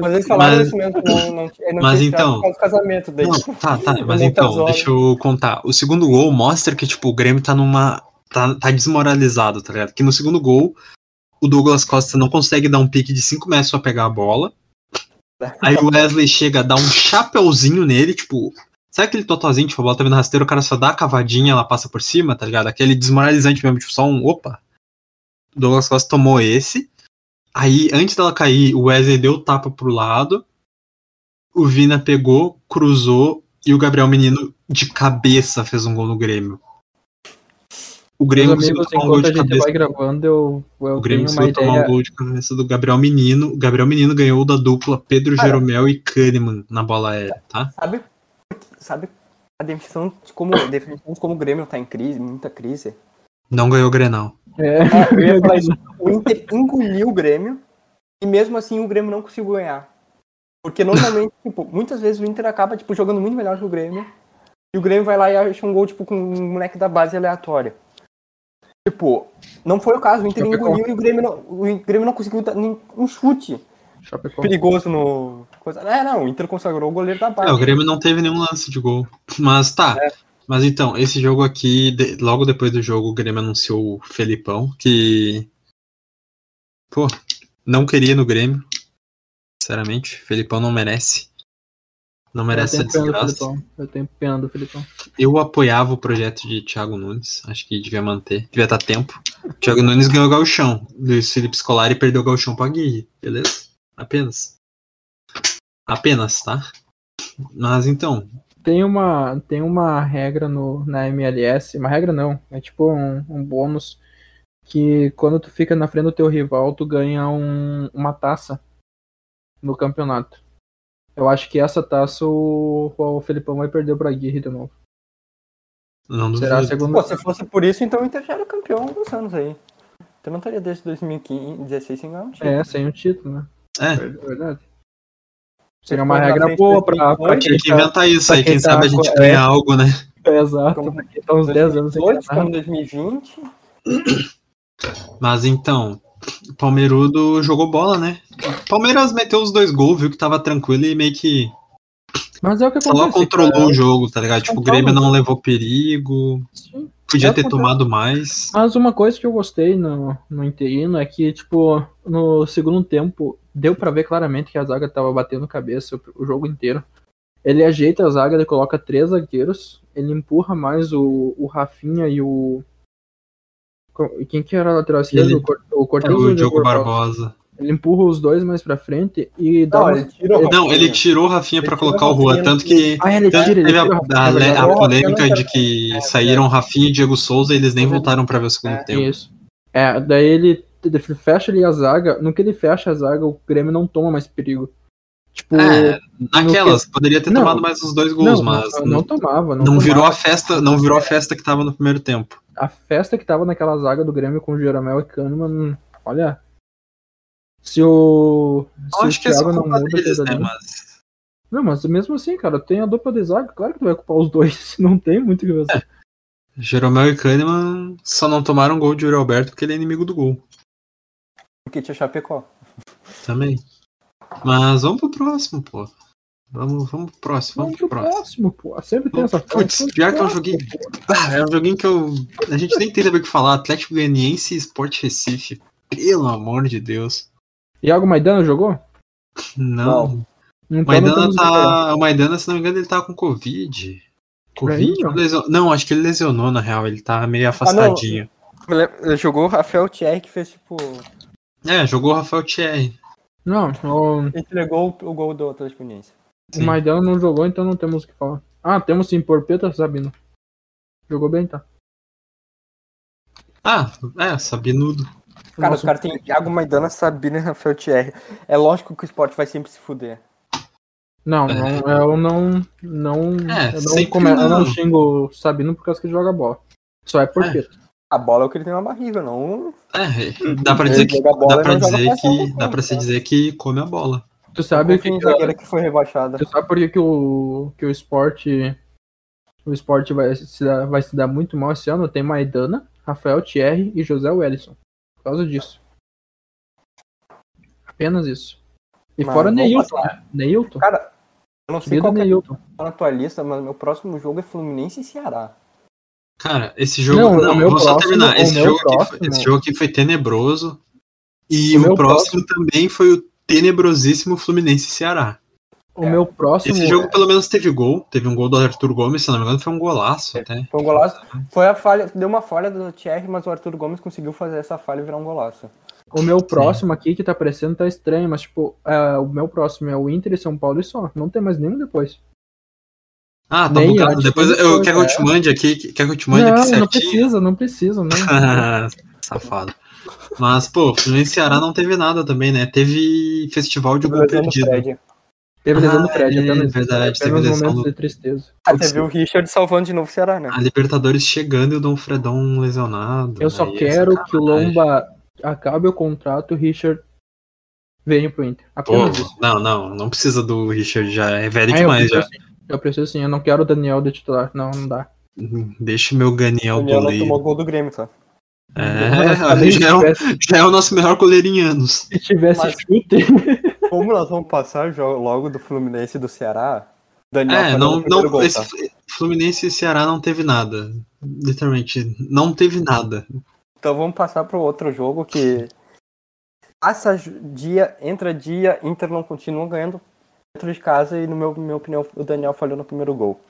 D: Mas eles falaram
B: Mas-
D: isso mesmo, não, não, ele não
B: Mas
D: tinha estreado
B: então-
D: por causa do casamento dele.
B: Não, tá, tá, mas
D: Muitas
B: então,
D: horas.
B: deixa eu contar. O segundo gol mostra que, tipo, o Grêmio tá numa. tá, tá desmoralizado, tá ligado? Que no segundo gol, o Douglas Costa não consegue dar um pique de 5 metros pra pegar a bola. Aí o Wesley chega, dá um chapeuzinho nele, tipo. Sabe aquele totalzinho, tipo, a bola tá vindo rasteiro, o cara só dá a cavadinha, ela passa por cima, tá ligado? Aquele desmoralizante mesmo, tipo, só um. Opa! O Douglas Costa tomou esse. Aí, antes dela cair, o Wesley deu o tapa pro lado. O Vina pegou, cruzou e o Gabriel Menino de cabeça fez um gol no Grêmio. O Grêmio
C: Meus
B: conseguiu
C: amigos,
B: tomar um gol
C: enquanto a
B: de
C: gente
B: cabeça.
C: vai gravando, eu, eu
B: O Grêmio
C: tenho uma
B: conseguiu tomar um
C: ideia.
B: gol de cabeça do Gabriel Menino. O Gabriel Menino ganhou da dupla Pedro
D: Cara.
B: Jeromel e Kahneman na bola aérea, tá?
D: Sabe, sabe a definição de como, a definição de como o Grêmio tá em crise, muita crise?
B: Não ganhou o Grenal.
C: É.
D: eu ia falar isso. O Inter engoliu o Grêmio e mesmo assim o Grêmio não conseguiu ganhar. Porque normalmente, tipo, muitas vezes o Inter acaba tipo, jogando muito melhor que o Grêmio. E o Grêmio vai lá e acha um gol tipo, com um moleque da base aleatório. Tipo, não foi o caso, o Inter
C: Chapecó.
D: engoliu e o Grêmio não, o Grêmio não conseguiu dar nem um chute
C: Chapecó.
D: perigoso no. Coisa. É, não, o Inter consagrou o goleiro da base.
B: É, o Grêmio não teve nenhum lance de gol. Mas tá.
C: É.
B: Mas então, esse jogo aqui, de- logo depois do jogo, o Grêmio anunciou o Felipão, que. Pô, não queria no Grêmio. Sinceramente, Felipão não merece. Não
C: Eu
B: merece essa
C: tenho pena É, do
B: desgraça.
C: Felipão. Eu tenho pena do Felipão.
B: Eu apoiava o projeto de Thiago Nunes. Acho que devia manter. Devia dar tempo. Thiago Nunes ganhou o Galchão. Luiz Felipe Scolari perdeu o Galchão pra Gui. Beleza? Apenas. Apenas, tá? Mas então,
C: Tem uma, tem uma regra no, na MLS, uma regra não, é tipo um, um bônus que quando tu fica na frente do teu rival, tu ganha um- uma taça no campeonato. Eu acho que essa taça o, o Felipão vai perder pra Aguirre de novo.
B: não
C: Será a
B: duvido.
C: segunda.
D: Pô, se fosse por isso, então o Inter já era campeão há alguns anos aí. Então não estaria desde 2016 sem ganhar um título.
C: É, sem um título, né?
B: É.
C: Ver- Verdade. Seria uma
D: Foi na
C: regra
D: frente
C: boa pra, pra
D: 2018,
C: quem
B: Tinha que
C: tá,
B: inventar isso
C: pra
B: aí,
C: quem
B: quem
C: tá
B: sabe a gente
C: com-
B: ganha algo, né?
C: exato, pra quem tá uns 10 tá anos sem
D: 2018,
C: ganhar nada.
D: estamos em 2020.
B: Mas então, o Palmeirudo jogou bola, né? O Palmeiras meteu os dois gols, viu que tava tranquilo e meio que
C: Mas é o que
B: só
C: acontece.
B: controlou
C: cara.
B: o jogo, tá ligado? Tipo, o Grêmio
C: né?
B: não levou perigo,
C: Sim.
B: podia
C: É,
B: ter
C: acontece.
B: tomado mais.
C: Mas uma coisa que eu gostei no, no interino é que, tipo, no segundo tempo, deu pra ver claramente que a zaga tava batendo cabeça o- o jogo inteiro. Ele ajeita a zaga, ele coloca três zagueiros, ele empurra mais o, o Rafinha e o. co- e Quem que era a lateral esquerdo?
B: Ele-
C: O Cor- O
B: É,
C: Cortez ou
B: o Diogo
C: Barbosa?
B: Barbosa.
C: Ele empurra os dois mais pra frente e dá
E: Não,
C: uma-
E: ele tirou o
B: Não,
E: Rafinha.
B: ele tirou o Rafinha
E: Ele
B: pra
E: tirou
B: colocar o
E: o Rafinha
B: Juan, tanto
E: no-
B: que
C: Ah, ele
B: Tanto
C: tira, ele
B: teve a,
C: tira
B: a,
C: Rafinha,
B: le- a
C: mas é
E: Rafinha
B: polêmica
E: não
B: de
E: tá-
B: que
E: É,
B: saíram Rafinha e Diego Souza e eles nem voltaram pra ver o segundo
E: É.
B: tempo.
C: Isso. É, daí ele, ele fecha ali a zaga. No que ele fecha a zaga, o Grêmio não toma mais perigo. Tipo,
B: É, naquelas, poderia ter
C: Não.
B: tomado mais uns dois gols,
C: não,
B: mas
C: não,
B: não,
C: não tomava. Não,
B: não virou
C: tomava.
B: a festa, não virou a festa que tava no primeiro tempo.
C: A festa que tava naquela zaga do Grêmio com o Jeromel e Kahneman, olha. Se o. Se
B: Eu
C: o
B: acho que é só
C: Thiago não
B: culpa
C: muda
B: deles,
C: aquilo
B: né,
C: ali-
B: mas
C: Não, mas mesmo assim, cara, tem a dupla de zaga, claro que tu vai ocupar os dois, se não tem muito o que
B: É,
C: fazer.
B: Jeromel e Kahneman só não tomaram gol de Yuri Alberto porque ele é inimigo do gol
D: Porque tinha Chapecó.
B: também. Mas vamos pro próximo, pô. Vamos, vamos pro próximo, vamos
C: Vamos
B: pro próximo.
C: próximo, pô. Sempre tem essa
B: Putz,
C: Vamos pro
B: pior que eu
C: próximo,
B: joguei.
C: pô.
B: Ah, é um joguinho que eu. A gente nem tem saber o que falar. Atlético Goianiense e Sport Recife. Pelo amor de Deus.
C: Iago Maidana jogou?
B: Não.
C: Então
B: O Maidana
C: temos o que falar.
B: tá. O Maidana, se não me engano, ele tá com Covid. Covid?
C: Aí, ó.
B: Lesio- Não, acho que ele lesionou, na real. Ele tá
C: Ah,
B: meio afastadinho.
D: Ele é, jogou o Rafael Thierry que fez, tipo.
B: é, jogou o Rafael Thierry.
C: Não, o,
D: Entregou o, o gol do Atlético Uniense.
C: o Maidana não jogou, então não temos o que falar. Ah, temos sim, Porpeta Sabino. Jogou bem, tá?
B: Ah, é, sabinudo.
D: Cara,
C: Nossa,
D: os caras têm Iago Maidana, Sabina e Rafael Thierry. É lógico que o esporte vai sempre se fuder.
C: Não, não, eu não. Não,
B: É,
C: eu, não
B: sempre
C: come, eu não
B: não.
C: xingo o Sabino por causa que ele joga bola. Só é Porpeta.
D: A bola é o que ele tem na barriga, não. um
B: É, dá pra dizer
D: Ele
B: que.
D: joga bola,
B: Dá pra
D: ele joga
B: dizer
D: pra cima,
B: que. Dá pra se
D: cara.
B: dizer que come a bola.
C: Tu sabe que.
D: Confia em zagueira um que foi rebaixada.
C: Tu sabe por que, que o, que o esporte. O esporte vai se, dar, vai se dar muito mal esse ano? Tem Maidana, Rafael Thierry e José Wellison. Por causa disso. Apenas isso. E
D: Mas
C: fora
D: vamos
C: Neilton, né? Neilton.
D: Cara, eu não sei
C: Querido
D: qual que é
C: Neilton.
D: tá na tua lista, mas meu próximo jogo é Fluminense e Ceará.
B: Cara, esse jogo.
C: Não,
B: Não,
C: o meu
B: vou só
C: próximo-
B: terminar.
C: o
B: Esse
C: meu
B: jogo, aqui, foi-
C: próximo-
B: esse jogo aqui foi tenebroso. E
C: O
B: o,
C: meu
B: próximo, também foi o tenebrosíssimo Fluminense e Ceará.
C: O meu próximo.
B: Esse jogo pelo menos teve gol. Teve um gol do Arthur Gomes, se não me engano, foi um golaço
C: É.
B: até.
D: Foi um golaço. Foi a falha, deu uma falha do Thierry, mas o Arthur Gomes conseguiu fazer essa falha e virar um golaço.
C: O meu próximo aqui que tá aparecendo tá estranho, mas tipo, é, o meu próximo é o Inter e São Paulo e só. Não tem mais nenhum depois.
B: Ah, tá
C: Nem
B: bugado.
C: antes,
B: Depois
C: nem
B: eu
C: depois,
B: quero que eu te
C: é.
B: mande aqui. Quer que eu te mande
C: não,
B: aqui
C: não
B: certinho?
C: precisa, não precisa, não.
B: Ah, Safado. Mas, pô, no Ceará não teve nada também, né? Teve festival de gol
D: Lesão do
B: perdido.
D: Fred. né?
C: Teve lesão do
B: Ah,
C: Fred,
B: é
C: apenas,
B: verdade, teve
C: apenas
B: lesão
C: momentos
B: do-
C: de tristeza.
D: Ah, teve o Richard salvando de novo o Ceará, né?
B: A Libertadores chegando e o Dom Fredão lesionado.
C: Eu só
B: né? E
C: quero
B: essa
C: que o
B: sacanagem.
C: Lomba acabe o contrato e o Richard venha pro Inter.
B: Pô,
C: Apenas isso.
B: não, não, não precisa do Richard já. É velho
C: Ah, eu
B: demais
C: preciso
B: já.
C: sim. Eu preciso sim, eu não quero o Daniel de titular. Não, não dá.
B: Deixa é o meu
D: O
B: Ganiel
D: Daniel não tomou né?
B: goleiro.
D: gol do Grêmio, tá?
B: É,
C: assim, se,
B: já é, o-
C: tivesse,
B: já é o nosso melhor goleiro em anos.
C: se tivesse
D: Mas-
C: chute.
D: Como nós vamos passar jo- logo do Fluminense e do Ceará? Daniel
B: É,
D: fazendo o
B: não,
D: primeiro
B: não,
D: gol,
B: esse
D: tá?
B: Fluminense e Ceará não teve nada. Literalmente, não teve nada.
D: Então vamos passar pro outro jogo que passa ju- dia, entra dia, Inter não continua ganhando dentro de casa e no meu, minha opinião o Daniel falhou no primeiro gol.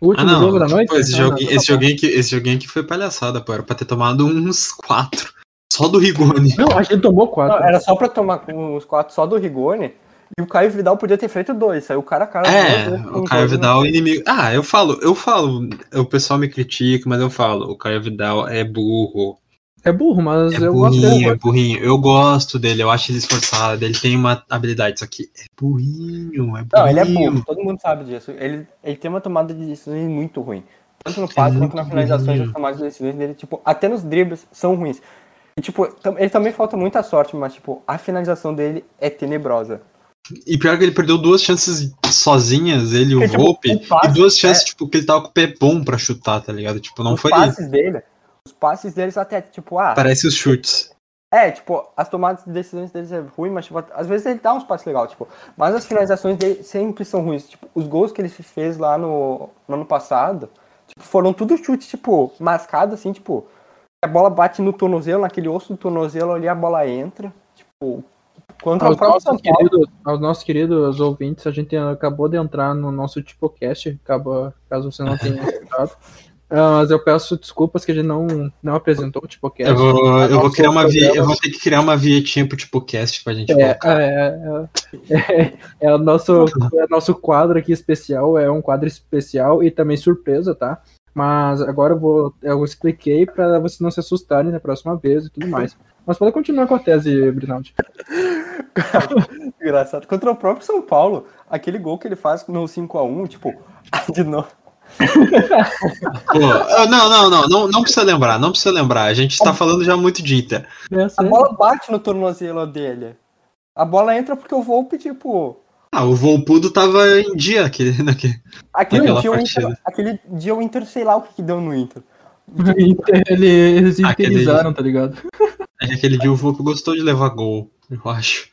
C: O
B: Ah,
C: último
B: não.
C: jogo da noite?
B: pô, esse,
C: Não,
B: joguinho,
C: não, tá não.
B: esse, joguinho aqui, esse joguinho aqui foi palhaçada, pô. Era pra ter tomado uns quatro. Só do Rigoni.
C: Não, é a gente tomou
D: Não,
C: quatro.
D: era só pra tomar uns quatro só do Rigoni e o Caio Vidal podia ter feito dois, saiu o cara a
C: Ah,
D: cara.
B: É,
D: dois gols com
B: o
D: um
B: Caio
D: jogo, né?
B: Vidal é inimigo. Ah, eu falo, eu falo. O pessoal me critica, mas eu falo. O Caio Vidal é burro.
C: É burro, mas
B: É
C: eu gosto dele.
B: burrinho, é burrinho. Eu gosto dele, eu acho ele esforçado. Ele tem uma habilidade, só que é burrinho, é burrinho.
D: Não, ele é burro, todo mundo sabe disso. Ele, ele tem uma tomada de decisões muito ruim. Tanto no passe quanto
B: muito
D: nas finalizações,
B: ruim.
D: as tomadas de decisões dele, tipo, até nos dribles são ruins. E, tipo, tam- ele também falta muita sorte, mas, tipo, a finalização dele é tenebrosa.
B: E pior que ele perdeu duas chances sozinhas, ele e
D: É,
B: o
D: tipo,
B: Volpe.
D: o passe,
B: e duas chances, tipo, que ele tava com o pé bom pra chutar, tá ligado? Tipo, não
D: os
B: foi.
D: passes dele, os passes deles até, tipo, ah,
B: Parece os chutes.
D: É, tipo, as tomadas de decisões deles é ruim, mas tipo, às vezes ele dá uns passos legais, tipo, mas as finalizações dele sempre são ruins. Tipo, os gols que ele fez lá no, no ano passado, tipo, foram tudo chutes, tipo, mascado assim, tipo, a bola bate no tornozelo, naquele osso do tornozelo ali a bola entra. Tipo, contra o
C: Aos
D: próprio São
C: nossos,
D: Paulo.
C: queridos, aos nossos queridos ouvintes, a gente acabou de entrar no nosso TipoCast, acaba, caso você não tenha escutado. Ah, mas eu peço desculpas que a gente não, não apresentou o TipoCast.
B: Eu vou, eu
D: um
B: vou
C: Nosso
B: criar uma vi-
C: programa-
B: eu vou ter que criar uma vietinha pro tipo cast pra gente
C: É,
B: colocar.
C: é, é, é, é o nosso, é o nosso quadro aqui especial, é um quadro especial e também surpresa, tá? Mas agora eu vou, eu expliquei pra vocês não se assustarem na próxima vez e tudo mais. Mas pode continuar com a tese, Brinaldi.
D: Engraçado. Contra o próprio São Paulo, aquele gol que ele faz no 5x1, tipo, de novo.
B: Pô, ah, não, não, não, não, não precisa lembrar, não precisa lembrar. A gente tá falando já muito de Inter.
D: A bola bate no tornozelo dele. A bola entra porque o Volpe, tipo.
B: Ah, o Volpudo tava em dia aqui, naquele.
D: Aquele
B: Naquela
D: dia, o Inter-
B: partida.
D: aquele dia o Inter, sei lá o que, que deu no Inter.
C: Inter, ele- eles
B: Aquele-
C: interizaram, tá ligado?
B: É que aquele dia o Volpo gostou de levar gol, eu acho.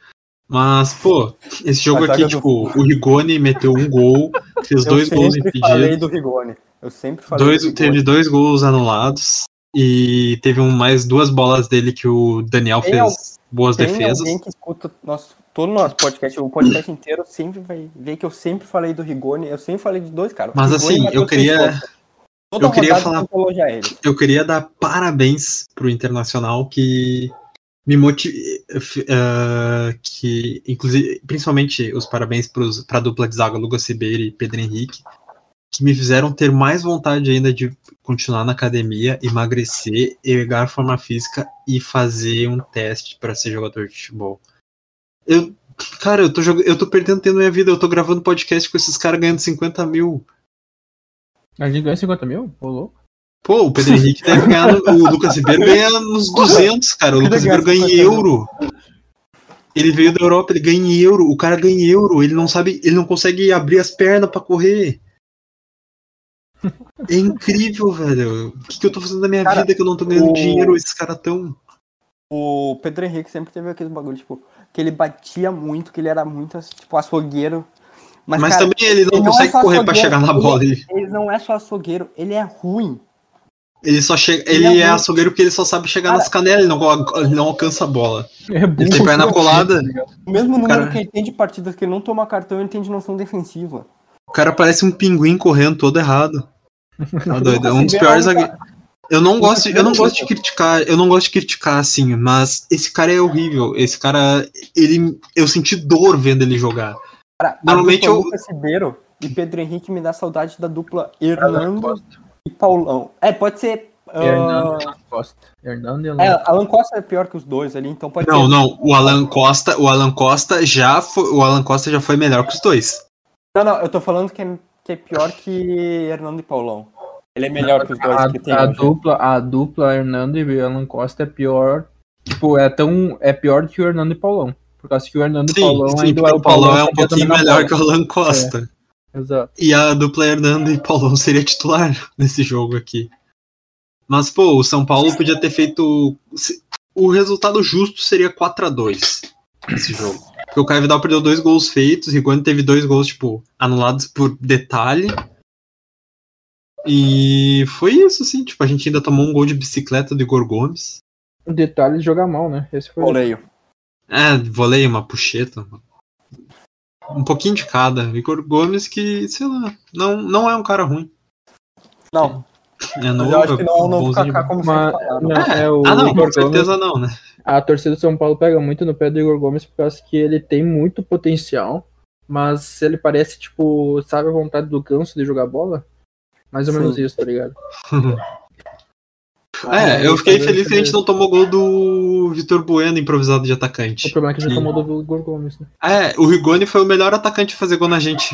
B: Mas, pô, esse jogo
D: A zaga
B: aqui,
D: do-
B: tipo, o Rigoni meteu um gol, fez dois
D: eu
B: gols
D: sempre falei
B: impedidos,
D: do Rigoni. Eu sempre falei
B: dois,
D: do Rigoni.
B: teve dois gols anulados e teve um, mais duas bolas dele que o Daniel
D: Tem
B: fez
D: al-
B: boas
D: Tem
B: defesas.
D: alguém que escuta nosso, todo o nosso podcast, o podcast inteiro, sempre vai ver que eu sempre falei do Rigoni. Eu sempre falei de dois caras.
B: Mas,
D: Rigoni e
B: assim, eu
D: Matheus
B: queria-
D: Silva. Toda
B: eu queria
D: rodada
B: falar-
D: tem que elogiar ele.
B: Eu queria dar parabéns pro Internacional que me motivou. que, inclusive, principalmente os parabéns para a dupla de zaga Lucas Ribeiro e Pedro Henrique, que me fizeram ter mais vontade ainda de continuar na academia, emagrecer, ergar forma física e fazer um teste para ser jogador de futebol. Eu, cara, eu tô, joga- eu tô perdendo tempo na minha vida, eu tô gravando podcast com esses caras ganhando 50 mil.
C: A gente ganha 50 mil? Ô, louco.
B: Pô, o Pedro Henrique deve ganhar. O Lucas Ribeiro ganha nos 200, cara. O
D: Ele
B: Lucas
D: ganha né?
B: Ribeiro ganha em
D: 50
B: euro. Ele veio da Europa, ele ganha em euro. O cara ganha em euro. Ele não sabe, ele não consegue abrir as pernas pra correr. É incrível, velho. O que, que eu tô fazendo da minha
D: Cara,
B: vida que eu não tô ganhando
D: o-
B: dinheiro? Esses caras tão.
D: O Pedro Henrique sempre teve aquele bagulho, tipo, que ele batia muito, que ele era muito, tipo, açougueiro.
B: Mas,
D: Mas, cara,
B: também ele não
D: ele não é
B: consegue
D: só
B: correr pra
D: zagueiro,
B: chegar na
D: ele-
B: bola. Ele,
D: ele não é só açougueiro, ele é ruim.
B: ele só chega.
D: ele
B: Ele,
D: é
B: é
D: muito-
B: açougueiro porque ele só sabe chegar
D: Cara-
B: nas canelas, ele não, ele não alcança a bola.
C: É burro. Tá
B: Ele tem perna colada.
D: O mesmo número
B: Cara-
D: que ele tem de partidas que ele não toma cartão, ele tem de noção defensiva.
B: O cara parece um pinguim correndo todo errado. Tá doido. É um dos
D: Ribeiro
B: piores
D: é um cara-
B: zagueiros. Eu não gosto, eu não
D: Ribeiro-
B: gosto de criticar, eu não gosto de criticar assim, mas esse cara é horrível. Esse cara, ele, eu senti dor vendo ele jogar.
D: Cara,
B: Ah, Normalmente
D: a dupla
B: eu-
D: Lucas Ribeiro e Pedro Henrique me dá saudade da dupla Hernando e Paulão. É, pode ser. ah,
C: Hernando e Alan Costa. Hernando e Alan
D: é, Alan Costa é pior que os dois ali, então pode
B: Não,
D: ser.
B: não. O Alan Costa, o Alan Costa já foi, o Alan Costa já foi melhor que os dois.
D: Não, não, eu tô falando que é, que é pior que Hernando e Paulão. Ele é melhor que os dois que tem
C: a, a
D: hoje.
C: dupla, a dupla Hernando e Alan Costa é pior. Tipo, é tão. É pior que o Hernando e Paulão. Por causa que o Hernando e
B: Sim,
C: Paulão
B: sim,
C: ainda
B: porque o Paulão é um
C: sabia
B: pouquinho
C: dominar a
B: melhor
C: bola.
B: que o Alan Costa.
C: Exato.
B: E a dupla Hernando e Paulão seria titular nesse jogo aqui. Mas, pô, o São Paulo podia ter feito. se- O resultado justo seria 4x2 nesse jogo. Porque o Caio Vidal perdeu dois gols feitos, Rigoni teve dois gols, tipo, anulados por detalhe. E foi isso, assim. Tipo, a gente ainda tomou um gol de bicicleta do Igor Gomes.
C: O detalhe de jogar mal, né? Esse foi.
D: Voleio.
B: É, volei uma puxeta. Um pouquinho de cada. Igor Gomes, que, sei lá, não, não é um cara ruim.
D: Não,
B: É
D: mas
B: novo,
D: eu acho que não é o
B: bonzinho
D: novo
B: de
D: Kaká como
C: Mas-
D: vocês falaram.
C: não, é o
B: Ah, não,
C: Igor
B: com
C: Gomes.
B: certeza não, né?
C: A torcida do São Paulo pega muito no pé do Igor Gomes por causa que ele tem muito potencial, mas ele parece, tipo, sabe a vontade do ganso de jogar bola? Mais ou
D: Sim.
C: menos isso, tá ligado?
D: Ah,
B: É, eu fiquei feliz que a gente
C: não.
B: não tomou gol do Vitor Bueno improvisado de
C: O
B: atacante.
C: problema é que a gente
B: Sim.
C: tomou do Igor Gomes, né?
B: É, o Rigoni foi o melhor atacante a fazer gol na gente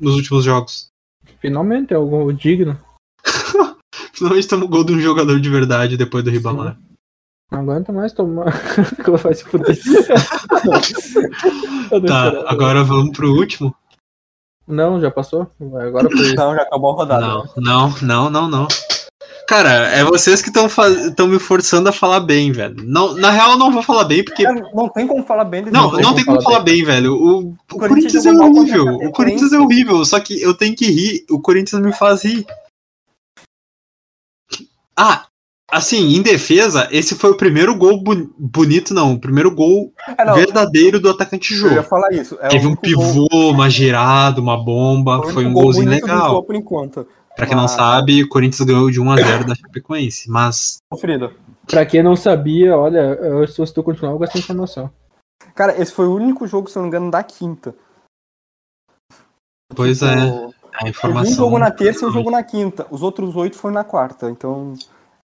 B: nos últimos jogos.
C: Finalmente é algo digno.
B: Finalmente tomou gol de um jogador de verdade depois do Ribamar.
C: Não aguenta mais tomar. Como vai se fuder? Eu não
B: Tá,
C: esperava.
B: agora vamos pro último?
C: Não, já passou? Agora foi. Tá, né?
D: Então já acabou a rodada.
B: Não, não, não, não, não. Cara, é vocês que estão me forçando a falar bem, velho. Não, na real, eu não vou falar bem, porque.
D: Cara, É, Não tem como falar bem desse
B: Não,
D: jogo.
B: não tem como falar bem, velho. O, o Corinthians
D: Corinthians
B: é
D: jogou mal contra
B: horrível.
D: a
B: O Corinthians é horrível, só que eu tenho que rir. O Corinthians me faz rir. Ah, assim, em defesa, esse foi o primeiro gol bu- bonito, não. O primeiro gol
D: Ah, não,
B: verdadeiro do atacante
D: Eu ia
B: jogo.
D: falar isso. É
B: Teve
D: o
B: um
D: único gol-
B: pivô, uma girada, uma bomba.
D: o
B: Foi um
D: único gol
B: golzinho
D: bonito do Ah.
B: legal.
D: jogo por enquanto.
B: Pra quem não
D: Mas-
B: sabe, o Corinthians ganhou de 1x0 da Chapecoense. Mas
D: Sofrido.
C: Pra quem não sabia, olha, eu, se tu continuar, eu gosto dessa informação.
D: Cara, esse foi o único jogo, se eu não me engano, da quinta.
B: Pois é,
D: Tipo,
B: a
D: Um
B: informação.
D: jogo na terça e um jogo na quinta. Os outros oito foram na quarta. Então,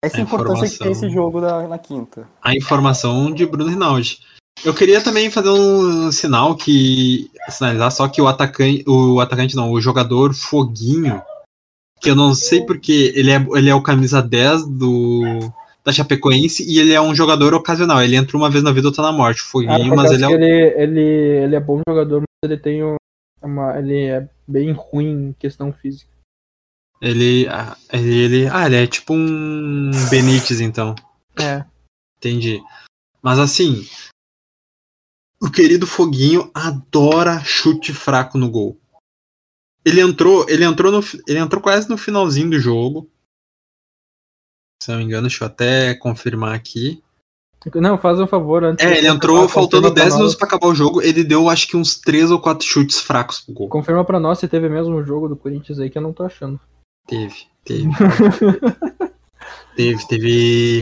D: essa
B: É
D: importância que tem
B: informação.
D: esse jogo da- na quinta.
B: A informação de Bruno Rinaldi. Eu queria também fazer um sinal que. sinalizar só que o atacante. O atacante não, o jogador Foguinho, que eu não sei porque ele é, ele é o camisa 10 do. Da Chapecoense e ele é um jogador ocasional. Ele entra uma vez na vida, outra na morte. o
C: Ah,
B: Foguinho,
C: por
B: mas
C: causa
B: ele é
C: que
B: o
C: ele, ele, ele é bom jogador, mas ele tem um- uma. Ele é bem ruim em questão física.
B: Ele, ah, ele, ele- ah, ele é tipo um Benítez, então.
C: É.
B: Entendi. Mas assim, o querido Foguinho adora chute fraco no gol. Ele entrou, ele entrou no, fi- ele entrou quase no finalzinho do jogo. Se não me engano, deixa eu até confirmar aqui.
C: Não, faz um favor antes.
B: É,
C: de-
B: ele entrou
C: confirma
B: faltando
C: pra
B: 10
C: nós-
B: minutos pra acabar o jogo, ele deu acho que uns 3 ou 4 chutes fracos pro gol.
C: Confirma pra nós se teve mesmo o jogo do Corinthians aí que eu não tô achando.
B: Teve, teve. teve, teve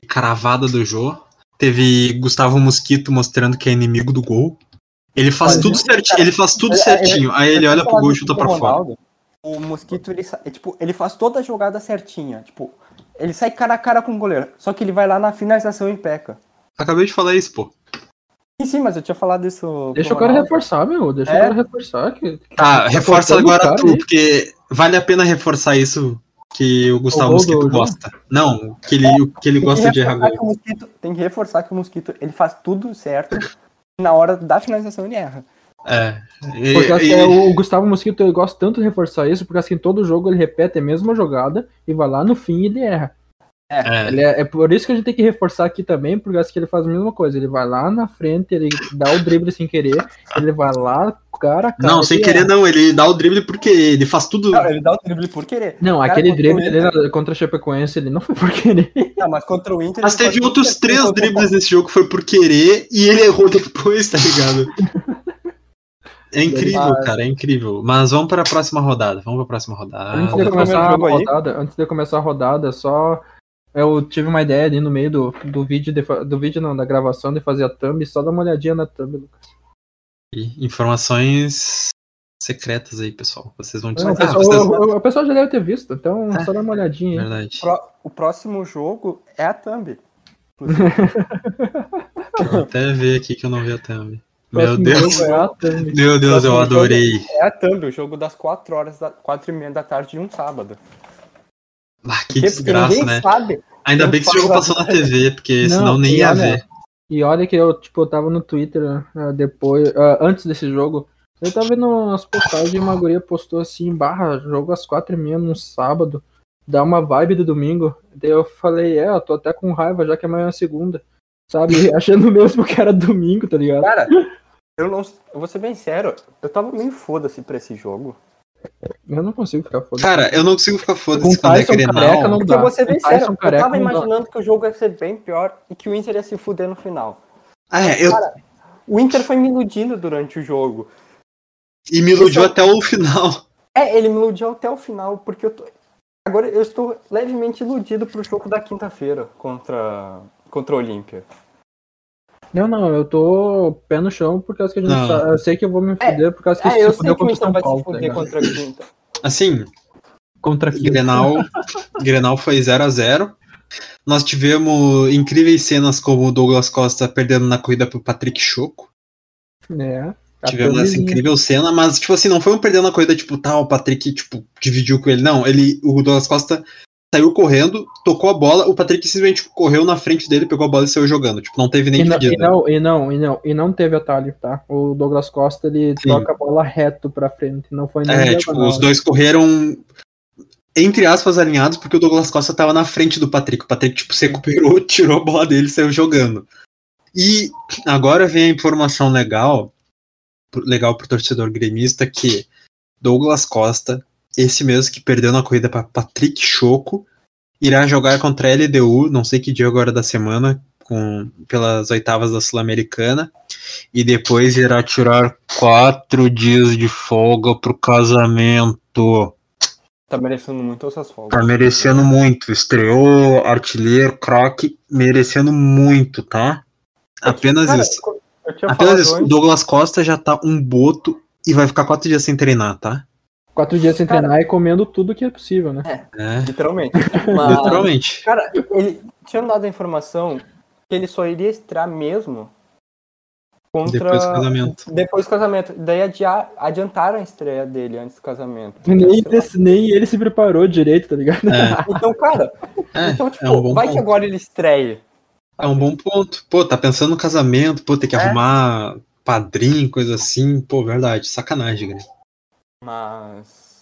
B: caravada do Jô. Teve Gustavo Mosquito mostrando que é inimigo do gol. Ele faz
D: Olha,
B: tudo certinho, ele faz
C: é,
B: tudo certinho. Aí ele olha pro gol e chuta pra fora.
D: O Mosquito, ele, sa- é, tipo, ele faz toda a jogada certinha. Tipo, ele sai cara a cara com o goleiro. Só que ele vai lá na finalização e peca.
B: Acabei de falar isso, pô.
D: Sim, sim, mas eu tinha falado isso.
C: Deixa
D: pro
C: o cara
D: Ronaldo.
C: reforçar, meu. Deixa
D: É.
C: o cara reforçar. Que, que
B: Tá, reforça
C: cortando o
B: agora
C: cara
B: tu,
C: aí.
B: porque vale a pena reforçar isso que o Gustavo
C: gol do
B: Mosquito
C: Jô?
B: gosta. Não, o que ele, o que ele
D: Tem que
B: gosta de errar
D: reforçar
B: gol.
D: que o Mosquito- Tem que reforçar que o Mosquito, ele faz tudo certo. e na hora da finalização ele erra.
B: É. E-
C: Por causa
B: e-
C: que é, o o Gustavo Mosquito, eu gosto tanto de reforçar isso, porque assim, todo jogo ele repete a mesma jogada e vai lá no fim e ele erra.
B: é.
C: Ele é, é por isso que a gente tem que reforçar aqui também, porque acho que ele faz a mesma coisa. Ele vai lá na frente, ele dá o drible sem querer, ele vai lá, cara a cara.
B: Não, sem
C: e
B: querer
C: erra.
B: não, ele dá o drible porque ele faz tudo.
D: Não, ele dá o drible por querer.
C: Não,
D: Cara,
C: aquele
D: contra o
C: drible
D: Inter-
C: dele contra a Chapecoense, ele não foi por querer.
D: Não, mas contra o Inter.
B: Mas
D: ele
B: teve
D: faz
B: outros
D: tudo certinho
B: três
D: contra o
B: dribles nesse jogo que foi por querer e ele errou depois, tá ligado? É incrível,
D: Mas-
B: cara, é incrível. Mas vamos para a próxima rodada. Vamos para a próxima rodada.
C: Antes de, eu começar
D: Vamos
B: um
D: começar
C: a
D: o jogo aí?
C: rodada, antes de eu começar a rodada, só eu tive uma ideia ali no meio do, do vídeo, de fa- do vídeo não, da gravação de fazer a thumb, só dá uma olhadinha na thumb, Lucas.
B: E Informações secretas aí, pessoal. Vocês vão
C: Não, o,
B: descobrir. Ah,
C: pessoal,
B: vocês...
C: o- o- o pessoal já deve ter visto, então só dá uma olhadinha aí.
B: Verdade.
D: Pro- O próximo jogo é a Thumb.
B: Vou até ver aqui que eu não vi a thumb. Meu
C: Próximo
B: Deus.
C: jogo é a thumb.
B: Meu Deus, eu
D: Próximo jogo
B: adorei.
D: É a Thumb, o jogo das 4 horas, da, 4 e meia da tarde de um sábado.
B: Ah, que
D: Porque
B: desgraça,
D: ninguém
B: né?
D: sabe.
B: Ainda bem que esse jogo passou na TV, porque
C: Não, é, né?
B: senão nem
C: e
B: ia
C: olha-
B: ver.
C: E olha que eu, tipo, eu tava no Twitter ah, depois, ah, antes desse jogo, eu tava vendo umas postagens e uma guria postou assim, barra, jogo às quatro e meia num sábado, dá uma vibe do domingo. Daí eu falei, é, eu tô até com raiva, já que amanhã é segunda. Sabe, achando mesmo que era domingo, tá ligado?
D: Cara, eu não. Eu vou ser bem sério, eu tava meio foda-se pra esse jogo.
C: Eu não consigo ficar foda.
B: Cara, eu não consigo ficar
C: Com
B: foda-se quando é
C: Tyson
B: Grenal.
C: careca, não
D: Porque
C: dá.
D: eu vou ser bem
C: O Tyson
D: sério, eu
C: careca
D: tava
C: não dá.
D: imaginando que o jogo ia ser bem pior e que o Inter ia se fuder no final.
B: Ah, é, eu
D: O Inter foi me iludindo durante o jogo.
B: E me iludiu até o final.
D: É, ele me iludiu até o final, porque eu tô. Agora eu estou levemente iludido pro jogo da quinta-feira contra. Contra o Olímpia.
C: Não, não, eu tô pé no chão por causa que a gente
B: Não.
C: sabe, eu sei que eu vou me fuder por causa que
D: É,
C: se
D: eu sei
C: fudeu
D: que o
C: contra o
D: Inter
C: São
D: vai se
C: Paulo, tá
D: fuder
C: ligado? É,
D: contra a quinta.
B: Assim,
C: Contra aqui.
B: Grenal, Grenal foi 0 a 0 Nós tivemos incríveis cenas como o Douglas Costa perdendo na corrida pro Patrick Choco.
C: É. a
B: Tivemos essa
C: thumbzinha.
B: incrível cena, mas, tipo assim, não foi um perdendo na corrida, tipo, tal, o Patrick, tipo, dividiu com ele. Não, ele, o Douglas Costa saiu correndo, tocou a bola, o Patrick simplesmente tipo, correu na frente dele, pegou a bola e saiu jogando. Tipo, não teve nem
C: E não, e
B: dividida.
C: não, e não, e não, e não teve atalho, tá? O Douglas Costa, ele
B: Sim.
C: toca a bola reto pra frente, não foi nem
B: É,
C: diagonal. né?
B: tipo, os dois correram entre aspas, alinhados, porque o Douglas Costa tava na frente do Patrick. O Patrick, tipo, se recuperou, tirou a bola dele e saiu jogando. E agora vem a informação legal, pro- legal pro torcedor gremista, que Douglas Costa, esse mesmo que perdeu na corrida para Patrick Choco, irá jogar contra a LDU, não sei que dia agora da semana, com, pelas oitavas da Sul-Americana, e depois irá tirar quatro dias de folga pro casamento.
D: Tá merecendo muito essas folgas.
B: Tá merecendo muito. Estreou, artilheiro, craque, merecendo muito, tá? Apenas
D: Cara,
B: isso.
D: Eu tinha
B: Apenas
D: falado
B: isso.
D: antes,
B: Douglas Costa já tá um boto e vai ficar quatro dias sem treinar, tá?
C: Quatro dias sem
D: Cara.
C: treinar e comendo tudo que é possível, né?
B: É,
D: literalmente. Mas,
B: literalmente.
D: cara, ele tinha dado a informação que ele só iria estrear mesmo contra...
B: Depois do casamento.
D: Depois do casamento. Daí adia- adiantaram a estreia dele antes do casamento.
C: Nem,
D: Sei lá.
C: ele- nem ele se preparou direito, tá ligado?
B: É,
D: Então, cara,
B: é,
D: então, tipo,
B: é um bom
D: vai que
B: ponto.
D: agora ele estreia.
B: é um bom ponto. Pô, tá pensando no casamento, pô, tem que
D: É.
B: arrumar padrinho, coisa assim. Pô, verdade, sacanagem, cara.
D: Mas.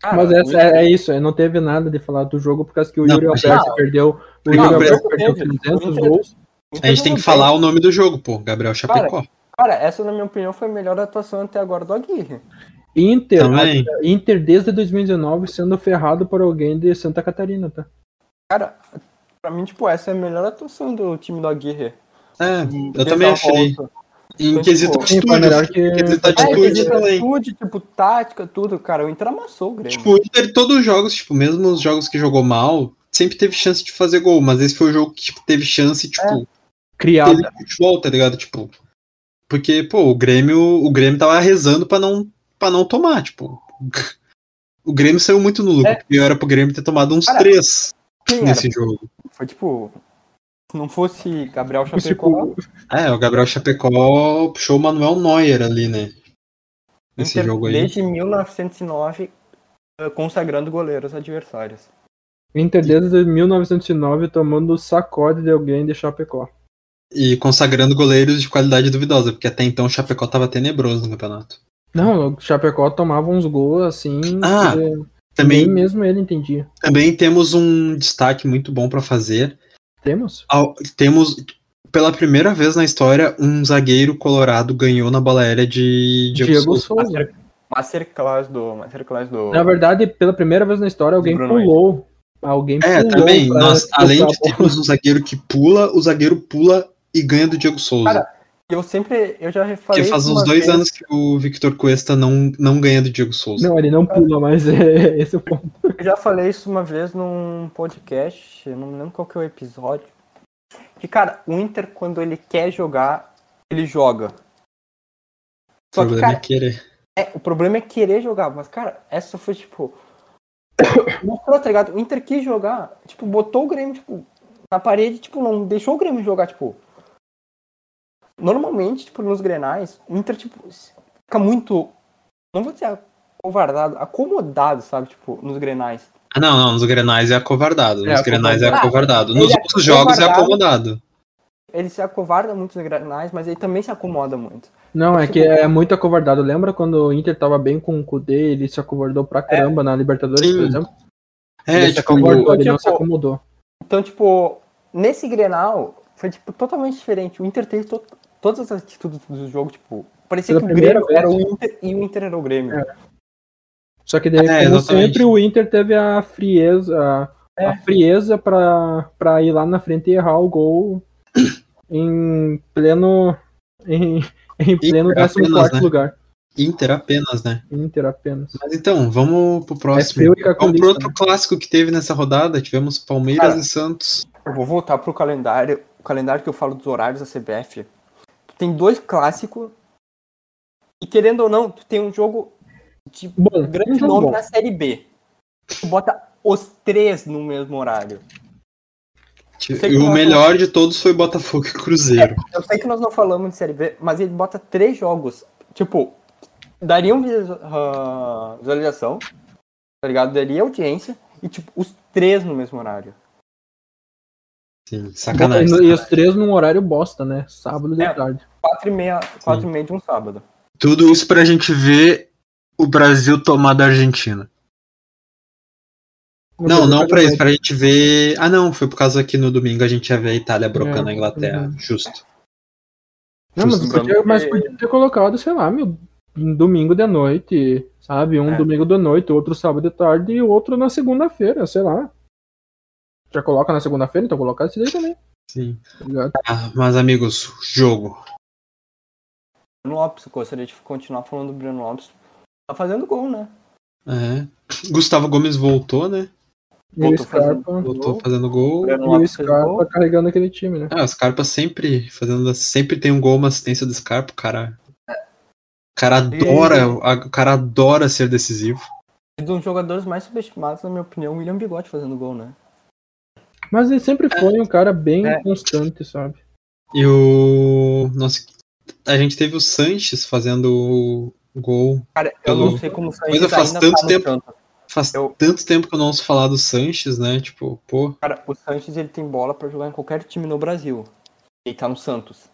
D: Cara,
C: Mas
D: o
C: essa-
D: Inter-
C: é, é isso, é, não teve nada de falar do jogo por causa que o
B: Não,
C: Yuri
B: mas-
C: Alberto perdeu. O Yuri
B: Não,
C: Alberto
D: mas-
C: perdeu
D: teve. né?
C: 300
D: Inter-
C: gols.
D: o Inter
B: A gente tem
D: não
B: que falar o nome do jogo, pô. Gabriel Chapecó.
D: Cara, essa, na minha opinião, foi a melhor atuação até agora do Aguirre.
C: Inter,
B: Também.
C: Inter desde 2019 sendo ferrado por alguém de Santa Catarina, tá?
D: Cara, pra mim, tipo, essa é a melhor atuação do time do Aguirre.
B: É, eu
D: Desde
B: também
D: a
B: achei.
D: volta.
B: Em
D: Então,
B: quesito
D: tipo,
C: Sim,
B: atitude,
C: foi melhor que-
B: em quesito
C: É,
D: É,
B: atitude
D: quesito
B: também.
D: atitude, tipo, tática, tudo, cara. O Inter amassou o Grêmio.
B: Tipo, o Inter, todos os jogos, tipo, mesmo os jogos que jogou mal, sempre teve chance de fazer gol, mas esse foi o jogo que tipo, teve
D: É,
B: chance, tipo,
C: Criado.
B: teve futebol, tá ligado? Tipo, porque, pô, o Grêmio, o Grêmio tava rezando pra não, pra não tomar, tipo. O Grêmio saiu muito no lucro,
D: É.
B: porque era pro Grêmio ter tomado uns
D: Cara,
B: três
D: quem era?
B: nesse jogo.
D: Foi tipo. Se não fosse Gabriel
C: Tipo,
D: Chapecó,
B: É, o Gabriel Chapecó puxou o Manuel Neuer ali, né? Nesse
D: Inter,
B: jogo aí.
D: desde 1909, eh, consagrando goleiros adversários.
C: Inter desde 1909 tomando sacode de alguém de Chapecó.
B: E consagrando goleiros de qualidade duvidosa, porque até então o Chapecó tava tenebroso no campeonato.
C: Não, o Chapecó tomava uns gols assim.
B: Ah,
C: que
B: Também
C: nem mesmo ele entendia.
B: Também temos um destaque muito bom para fazer.
C: Temos?
B: Ao- Temos, pela primeira vez na história, um zagueiro colorado ganhou na bola aérea de Diego,
C: Diego
B: Souza.
C: Souza.
D: Masterclass do. Masterclass do.
C: Na verdade, pela primeira vez na história, alguém
D: Bruno
C: pulou. Alguém
B: É,
C: pulou.
B: também.
C: pra
B: Nós,
C: tocar
B: além
C: a
B: de
C: bola.
B: termos um zagueiro que pula, o zagueiro pula e ganha do Diego Souza.
D: Cara, Eu sempre. Eu já falei.
B: porque faz
D: isso
B: uns
D: uma
B: dois
D: vez.
B: anos que o Victor Cuesta não, não ganha do Diego Souza.
C: Não, ele não pula, mas é esse é o ponto.
D: Eu já falei isso uma vez num podcast, eu não me lembro qual que é o episódio. Que, cara, o Inter, quando ele quer jogar, ele joga. Só
B: o
D: que,
B: problema é
D: cara,
B: querer.
D: é, o problema é querer jogar, mas, cara, essa foi tipo. Mostrou, tá ligado? O Inter quis jogar, tipo, botou o Grêmio, tipo, na parede, tipo, não deixou o Grêmio jogar, tipo. Normalmente, tipo, nos grenais, o Inter, tipo, fica muito. Não vou dizer acovardado, acomodado, sabe? Tipo, nos grenais.
B: Ah, não, não. Nos Grenais é acovardado.
C: É,
B: Nos Grenais é acovardado.
D: ele
B: Nos
D: é
B: outros jogos é acomodado.
D: ele se acovarda muito nos granais, mas ele também se acomoda muito.
C: Não, é que é muito acovardado. Lembra quando o Inter tava bem com o Kudê, ele se acovardou pra caramba na Libertadores,
B: É. Sim.
C: por exemplo?
B: É,
C: ele se
B: tipo,
C: acovardou, ele não se
D: Tipo,
C: acomodou.
D: Então, tipo, nesse Grenal, foi, tipo, totalmente diferente. O Inter teve to- todas as atitudes do jogo, tipo, parecia
C: Pela
D: que o
C: primeira
D: Grêmio
C: vez. É.
D: era o Inter e o Inter era o Grêmio.
C: Só que daí,
B: É,
C: como
B: exatamente. É.
C: sempre, o Inter teve a frieza, a, a frieza pra, pra ir lá na frente e errar o gol em pleno. Em, em pleno
B: apenas,
C: 14
B: né?
C: lugar.
B: Inter apenas, né?
C: Inter apenas.
B: Mas então, vamos pro próximo.
C: É frio e
B: Vamos
C: calculista.
B: pro outro clássico que teve nessa rodada. Tivemos Palmeiras
D: Cara.
B: e Santos.
D: Eu vou voltar pro calendário, o calendário que eu falo dos horários da CBF. Tu tem dois clássicos e, querendo ou não, tu tem um jogo de
C: Bom,
D: grande
C: um jogo
D: nome
C: bom.
D: na Série B. Tu bota os três no mesmo horário.
B: Ti-
D: Sei
B: E
D: que
B: o
D: não é
B: melhor de todos foi Botafogo e Cruzeiro.
D: Eu sei que nós não falamos de Série B, mas ele bota três jogos. Tipo, dariam visu- ah, visualização, tá ligado? Daria audiência e, tipo, os três no mesmo horário.
B: Sim,
C: Bota-
B: sacanagem.
C: E os três num horário bosta, né? Sábado de
D: É.
C: tarde.
D: Quatro e meia, quatro e meia de um sábado.
B: Tudo isso pra gente ver o Brasil tomar da Argentina. Não, não pra isso, pra gente ver. Ah, não, foi por causa que no domingo a gente ia ver a Itália brocando
C: É,
B: a Inglaterra. Justo.
C: Não, mas
B: Justo.
C: podia, mas podia ter colocado, sei lá, meu, um domingo de noite, sabe? Um
D: É.
C: domingo de noite, outro sábado de tarde e outro na segunda-feira, sei lá. Já coloca na segunda-feira, então coloca esse daí também,
B: Sim.
C: tá ligado?
B: Ah, mas, amigos, jogo.
D: Bruno Lopes, eu gostaria de continuar falando do Bruno Lopes. Tá fazendo gol, né?
B: É. Gustavo Gomes voltou, né?
C: E o
D: Voltou fazendo
C: Scarpa,
B: Voltou fazendo gol.
D: Breno
C: e o
D: Lopes fez
C: Scarpa
D: gol.
C: carregando aquele time, né?
B: Ah, o Scarpa sempre fazendo. Sempre tem um gol, uma assistência do Scarpa, o cara. O cara adora, o cara adora ser decisivo.
D: E de um dos jogadores mais subestimados, na minha opinião, o William Bigode fazendo gol, né?
C: Mas ele sempre foi um cara bem
D: É.
C: constante, sabe?
B: E o. Nossa, a gente teve o Sanches fazendo o gol.
D: Cara, eu
B: Pelo-
D: não sei como o
B: Coisa
D: Sanches
B: faz
D: ainda
B: tanto
D: tá no
B: tempo.
D: Santos.
B: Faz
D: Eu-
B: tanto tempo que eu não ouço falar do Sanches, né? Tipo, pô.
D: Cara, o Sanches ele tem bola pra jogar em qualquer time no Brasil. Ele tá no Santos.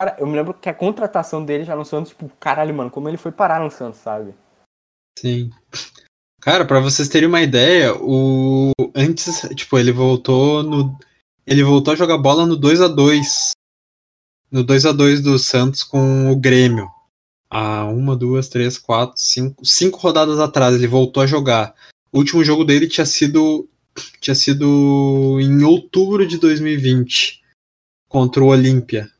D: Cara, eu me lembro que a contratação dele já no Santos, tipo, caralho, mano, como ele foi parar no Santos, sabe?
B: Sim. Cara, pra vocês terem uma ideia, o antes, tipo, ele voltou no ele voltou a jogar bola no 2 a 2. No 2 a 2 do Santos com o Grêmio. Há uma, duas, três, quatro, cinco, cinco rodadas atrás ele voltou a jogar. O último jogo dele tinha sido tinha sido em outubro de 2020 contra o Olímpia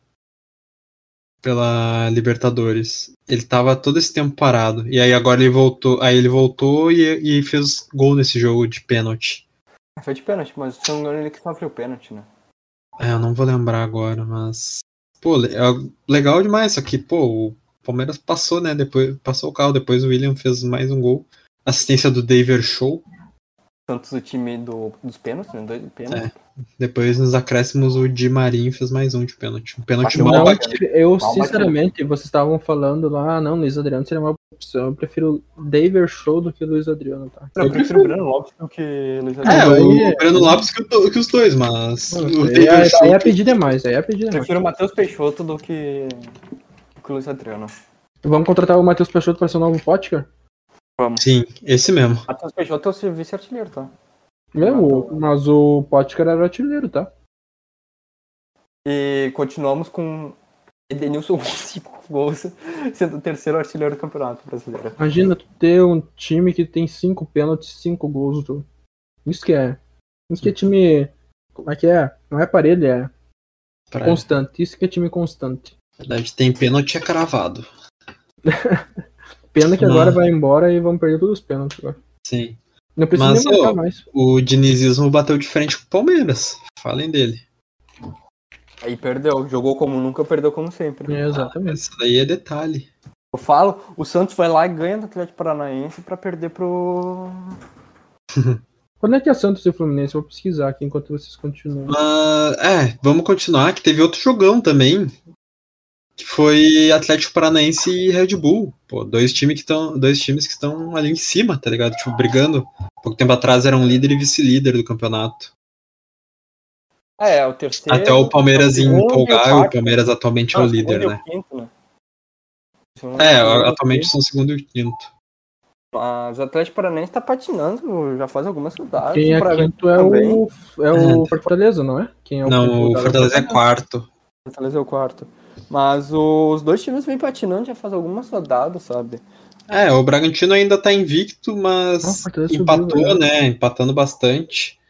B: pela Libertadores. Ele tava todo esse tempo parado. E aí agora ele voltou. Aí ele voltou e, e fez gol nesse jogo de pênalti.
D: Foi de pênalti, mas se eu não me engano ele que sofreu pênalti, né?
B: É, eu não vou lembrar agora, mas. Pô, le- é legal demais. Só que, pô, o Palmeiras passou, né? Depois, passou o carro. Depois o William fez mais um gol. Assistência do David Show.
D: Santos, o time do, dos pênaltis, né? Dois pênaltis.
B: Depois nos acréscimos o Di Marinho fez mais um de pênalti. Um pênalti
D: Bateu
B: mal
C: Não,
D: bacana.
B: batido.
C: eu
D: batido.
C: sinceramente, vocês estavam falando lá, ah, não, Luiz Adriano seria uma opção. Eu prefiro David Show do que Luiz Adriano, tá?
D: Cara, Eu prefiro o Bruno Lopes do que Luiz
B: É,
D: Adriano.
C: Mas
B: o
C: aí-
B: Breno Lopes que, o do- que os dois, mas. o
C: Aí, aí,
B: David Show.
C: é pedir demais, aí é pedir
D: Eu
C: demais.
D: prefiro o Matheus Peixoto do que, do que o Luiz Adriano.
C: Vamos contratar o Matheus Peixoto para ser o novo Potker?
B: Sim, esse mesmo.
D: Matheus Peixoto é o serviço artilheiro, tá?
C: É, o- mas o Potker era artilheiro, tá?
D: E continuamos com Edenilson com cinco gols, sendo o terceiro artilheiro do campeonato brasileiro.
C: Imagina tu ter um time que tem cinco pênaltis, cinco gols, tu. Isso que é. Isso que é time. Como é que é? Não é parelho, é
B: Pra...
C: constante. Isso que é time constante.
B: na verdade, tem pênalti é cravado.
C: Pena que
B: Não.
C: agora vai embora e vamos perder todos os pênaltis agora.
B: Sim.
C: Não precisa
B: Mas,
C: nem marcar
B: ô,
C: mais.
B: O dinizismo bateu de frente com o Palmeiras. Falem dele.
D: Aí perdeu, jogou como nunca, perdeu como sempre.
C: É, exatamente.
B: Isso daí é detalhe.
D: Eu falo, o Santos vai lá e ganha do Atlético Paranaense pra perder pro.
C: Quando é que é Santos e Fluminense? Eu vou pesquisar aqui enquanto vocês continuam.
B: Mas, é, vamos continuar, que teve outro jogão também. Que foi Atlético Paranaense e Red Bull. Pô, dois times que estão. Dois times que estão ali em cima, tá ligado? Tipo, brigando. Pouco tempo atrás eram líder e vice-líder do campeonato.
D: É, é o terceiro.
B: Até o Palmeiras
D: é o segundo,
B: empolgar,
D: quarto.
B: o Palmeiras atualmente é
D: Não,
B: o líder,
D: segundo
B: né?
D: e o quinto, né? Se eu não me
B: É,
D: engano,
B: atualmente são segundo e quinto.
D: Mas o Atlético Paranaense tá patinando, já faz algumas rodadas.
C: Quem é
D: Paranaense
C: quinto é
D: também.
C: o, é o Fortaleza, não é? Quem é o quinto
B: Não, o
C: colocado?
B: Fortaleza é quarto.
D: Fortaleza é o quarto. Mas os dois times vêm patinando já faz algumas rodadas, sabe?
B: É, o Bragantino ainda tá invicto, mas
C: Ah, o Fortaleza subiu,
B: empatou,
C: velho.
B: né? Empatando bastante.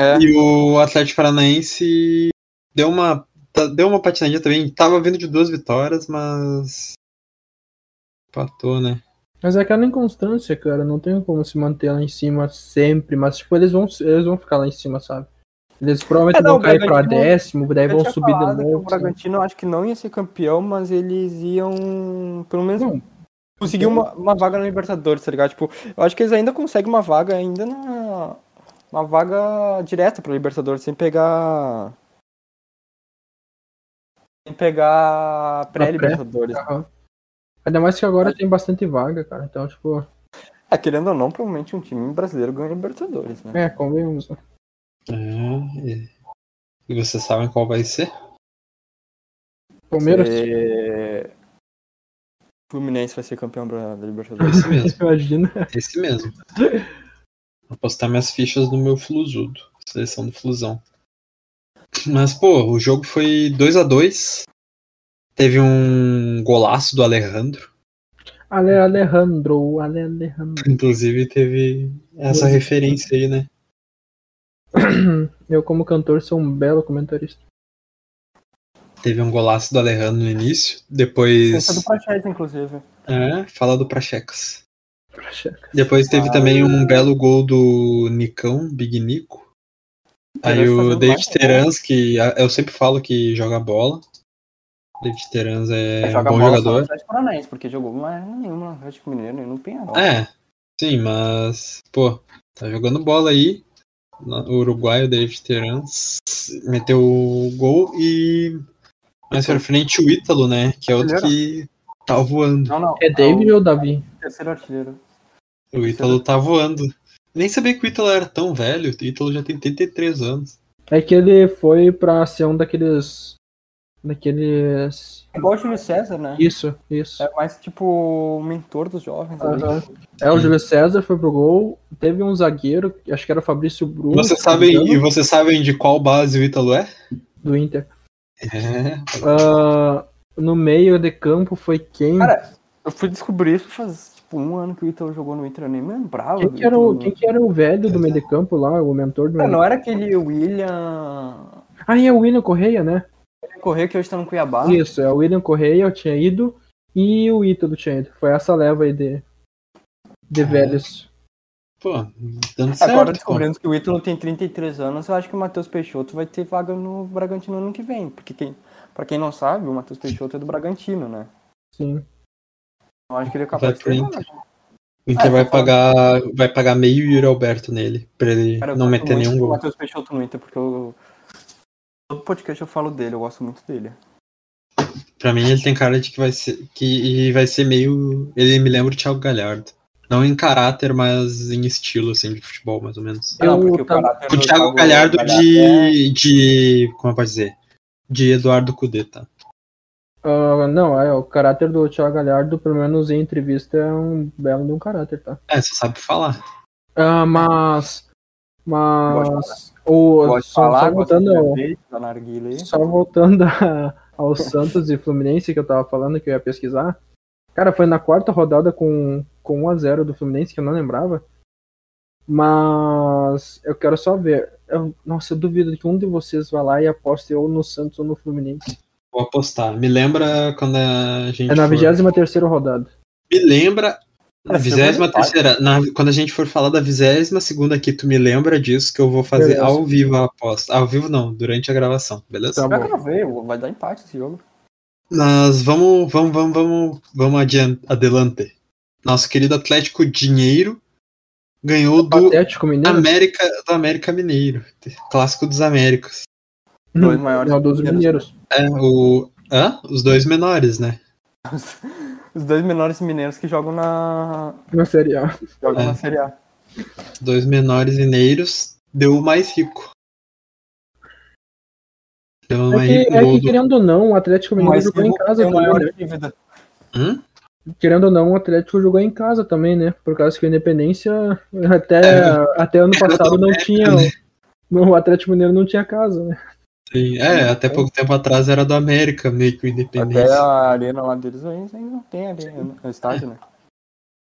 D: É.
B: E o Atlético Paranaense deu uma, tá- deu uma patinadinha também. Tava vindo de duas vitórias, mas. Empatou, né?
C: Mas é aquela inconstância, cara. Não tem como se manter lá em cima sempre. Mas, tipo, eles vão, eles vão ficar lá em cima, sabe? Eles provavelmente
D: É, não,
C: vão
D: o
C: cair pra
D: Bragantino-
C: décimo, daí
D: Eu
C: vão
D: tinha
C: subir de
D: falado que
C: novo.
D: O
C: sabe?
D: Bragantino eu acho que não ia ser campeão, mas eles iam, pelo menos,
C: Não.
D: conseguir uma, uma vaga na Libertadores, tá ligado? Tipo, eu acho que eles ainda conseguem uma vaga ainda na. Uma vaga direta pra Libertadores, sem pegar. Sem pegar pré-Libertadores.
C: Aham. Ainda mais que agora tem bastante vaga, cara. Então, tipo,
D: É, querendo ou não, provavelmente um time brasileiro ganha Libertadores, né?
C: é, convenhamos. né?
B: É, e- E vocês sabem qual vai ser?
C: Palmeiras,
D: É... Fluminense vai ser campeão da da Libertadores.
B: Esse mesmo.
C: imagina.
B: Esse mesmo. Vou postar minhas fichas no meu Fluzudo. Seleção do Flusão. Mas, pô, o jogo foi 2 a 2 Teve um golaço do Alejandro.
C: Ale Alejandro, Ale Alejandro.
B: Inclusive, teve essa
C: Pois é.
B: referência aí, né?
C: Eu, como cantor, sou um belo comentarista.
B: Teve um golaço do Alejandro no início. Depois.
D: Essa do Prachete, inclusive.
B: É, fala do Prachecas.
C: Pra checar.
B: Depois
D: Ah.
B: teve também um belo gol do Nicão, Big Nico. Aí
D: Terans
B: o
D: fazendo
B: David
D: mais
B: Terans, que a- eu sempre falo que joga bola. David Terans é um
D: joga
B: bom
D: bola só no
B: jogador.
D: Atlético Paranaense, porque jogou mais nenhuma no Atlético Mineiro, nem no Penharol.
B: É, sim, mas, pô, tá jogando bola aí. Na- O uruguaio David Terans meteu o gol e mais pra frente o Ítalo, né? Que é outro que tá voando.
D: Não, não.
C: É David ou Davi?
D: o terceiro artilheiro.
B: O
D: é
B: Ítalo tá voando. Nem sabia que o Ítalo era tão velho. O Ítalo já tem 33 anos.
C: É que ele foi pra ser um daqueles. Daqueles.
D: É igual o Júlio César, né?
C: Isso, isso.
D: É mais tipo o mentor dos jovens. né? ali.
C: Aham. É, o Júlio César foi pro gol. Teve um zagueiro, acho que era o Fabrício Bruno.
B: Vocês
C: se não me
B: sabem, e
C: engano,
B: vocês sabem de qual base o Ítalo é?
C: Do Inter.
B: É.
C: Ah, no meio de campo foi quem?
D: Cara, eu fui descobrir isso faz tipo um ano que o Ítalo jogou no Inter, eu nem me lembrava.
C: quem,
D: do
C: que era o,
D: Ítalo.
C: quem que era o velho do meio de campo lá, o mentor do
D: Cara,
C: meio
D: É, não era aquele William
C: Ah, e é o William Correia, né?
D: Correia que hoje tá no Cuiabá?
C: Isso, é o William Correia, eu tinha ido, e o Ítalo tinha ido. Foi essa leva aí de, de velhos.
B: Pô, dando certo.
D: Agora
B: pô.
D: descobrimos que o Ítalo tem 33 anos, eu acho que o Matheus Peixoto vai ter vaga no Bragantino ano que vem. Porque quem, pra quem não sabe, o Matheus Peixoto é do Bragantino, né?
C: Sim.
D: Eu acho que ele é
B: Vai
D: capaz de
B: pro
D: ter
B: Inter.
D: vaga.
B: O Inter
D: Ah,
B: vai
D: tá falando.
B: pagar, vai pagar meio Yuri Alberto nele, pra ele
D: Cara, eu
B: não
D: gosto
B: meter
D: muito
B: nenhum
D: do
B: gol.
D: Matheus Peixoto no Inter, porque eu. Todo podcast eu falo dele, eu gosto muito dele.
B: Pra mim, ele tem cara de que vai ser, que vai ser meio. Ele me lembra o Thiago Galhardo. Não em caráter, mas em estilo, assim, de futebol, mais ou menos.
C: Eu tava-
D: caráter
B: O
D: do
B: Thiago
D: Thiago
B: Galhardo
D: é-
B: de, de. Como eu posso dizer? De Eduardo Cudeta.
C: Ah, não, é, o caráter do Thiago Galhardo, pelo menos em entrevista, é um belo de um caráter, tá?
B: É, você sabe falar.
C: Ah, mas. Mas.
D: Eu
C: O,
D: gosto de
C: só, tá
D: falar,
C: só
D: gosto de
C: voltando ao,
D: beber, da narguilé.
C: só voltando a- ao Santos e Fluminense que eu tava falando que eu ia pesquisar. Cara, foi na quarta rodada com, com 1x0 do Fluminense, que eu não lembrava. Mas eu quero só ver. Eu- nossa, eu duvido que um de vocês vá lá e aposte ou no Santos ou no Fluminense.
B: Vou apostar. Me lembra quando a gente.
C: É na
B: for-
C: 23 rodada.
B: Me lembra. Na
C: Ah,
D: Cara,
C: é
B: 23 terceira, quando a gente for falar da 22 segunda aqui, tu me lembra disso que eu vou fazer
C: Beleza.
B: ao vivo a aposta. Ao vivo não, durante a gravação, beleza?
C: Tá
D: Pior que
C: bom.
D: eu não vejo, vai dar empate esse jogo.
B: Mas vamos, vamos, vamos, vamos, vamos adian- adelante. Nosso querido Atlético Dinheiro ganhou do
C: Atlético Mineiro.
B: América, do América Mineiro, clássico dos Américas.
D: Dois maiores
C: Hum, Não, dos
D: mineiros.
C: mineiros.
B: É, o, hã? Os dois menores, né?
D: Os dois menores mineiros que jogam na,
C: Na Série A.
D: jogam
B: É.
D: na Série A.
B: Os dois menores mineiros deu o mais rico. Deu o mais
C: É que,
B: rico
C: é
B: gol
C: que,
B: do
C: querendo ou não, o Atlético Mineiro
D: Mas
C: jogou
D: eu
C: em
D: vou
C: casa
D: ter
C: também,
D: um maior
C: né?
D: dívida.
B: Hum?
C: Querendo ou não, o Atlético jogou em casa também, né? Por causa que o Independência até, até ano passado não tinha. O Atlético Mineiro não tinha casa, né?
B: Sim, é, até pouco tempo atrás era do América, meio que o Independência.
D: Até
B: Até,
D: a arena lá deles ainda não tem arena, é o estádio, né?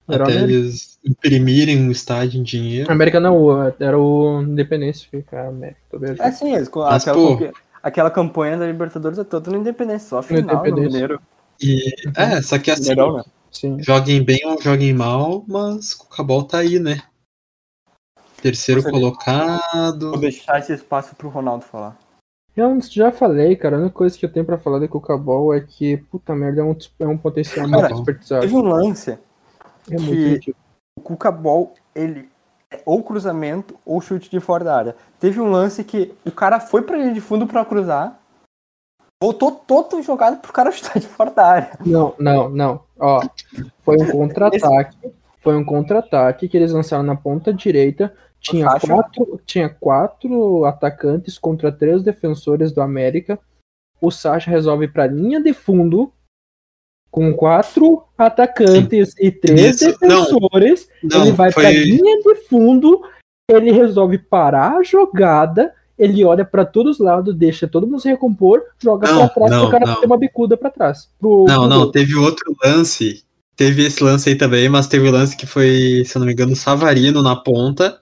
C: Era o América.
B: eles imprimirem um estádio em dinheiro.
C: América não, era o Independência, fica América. Tô bem.
D: É sim, eles, com-
B: Mas,
D: aquela,
B: pô.
D: campe- aquela campanha da Libertadores é toda no Independência, só a final no
C: Independência.
D: Mineiro.
B: E, é, só que assim,
D: Mineirão, né?
C: Sim.
B: joguem bem ou joguem mal, mas o Cabal tá aí, né? Terceiro
D: Sim.
B: colocado.
D: Vou deixar esse espaço pro Ronaldo falar.
C: Eu já falei, cara, a única coisa que eu tenho pra falar do Cucabol é que, puta merda, é um, é um potencial
B: Cara,
C: muito desperdiçado.
D: Teve um lance
C: É muito
D: que-
C: ridículo.
D: o Cuca Ball, ele é ou cruzamento ou chute de fora da área. Teve um lance que o cara foi pra linha de fundo pra cruzar, voltou todo jogado pro cara chutar de fora da área.
C: Não, não, não. Ó, foi um contra-ataque. Foi um contra-ataque que eles lançaram na ponta direita. Tinha
D: Faixa.
C: quatro, tinha quatro atacantes contra três defensores do América. O Sacha resolve pra linha de fundo com quatro atacantes e três
B: Isso, não.
C: defensores.
B: Não,
C: ele vai pra
B: foi,
C: linha de fundo ele resolve parar a jogada, ele olha pra todos os lados, deixa todo mundo se recompor, joga
B: Não,
C: pra trás
B: não,
C: pro cara
B: não.
C: ter uma bicuda pra trás. Pro,
B: Não,
C: pro
B: não,
C: gol.
B: teve outro lance. Teve esse lance aí também, mas teve o lance que foi, se eu não me engano, o Savarino na ponta.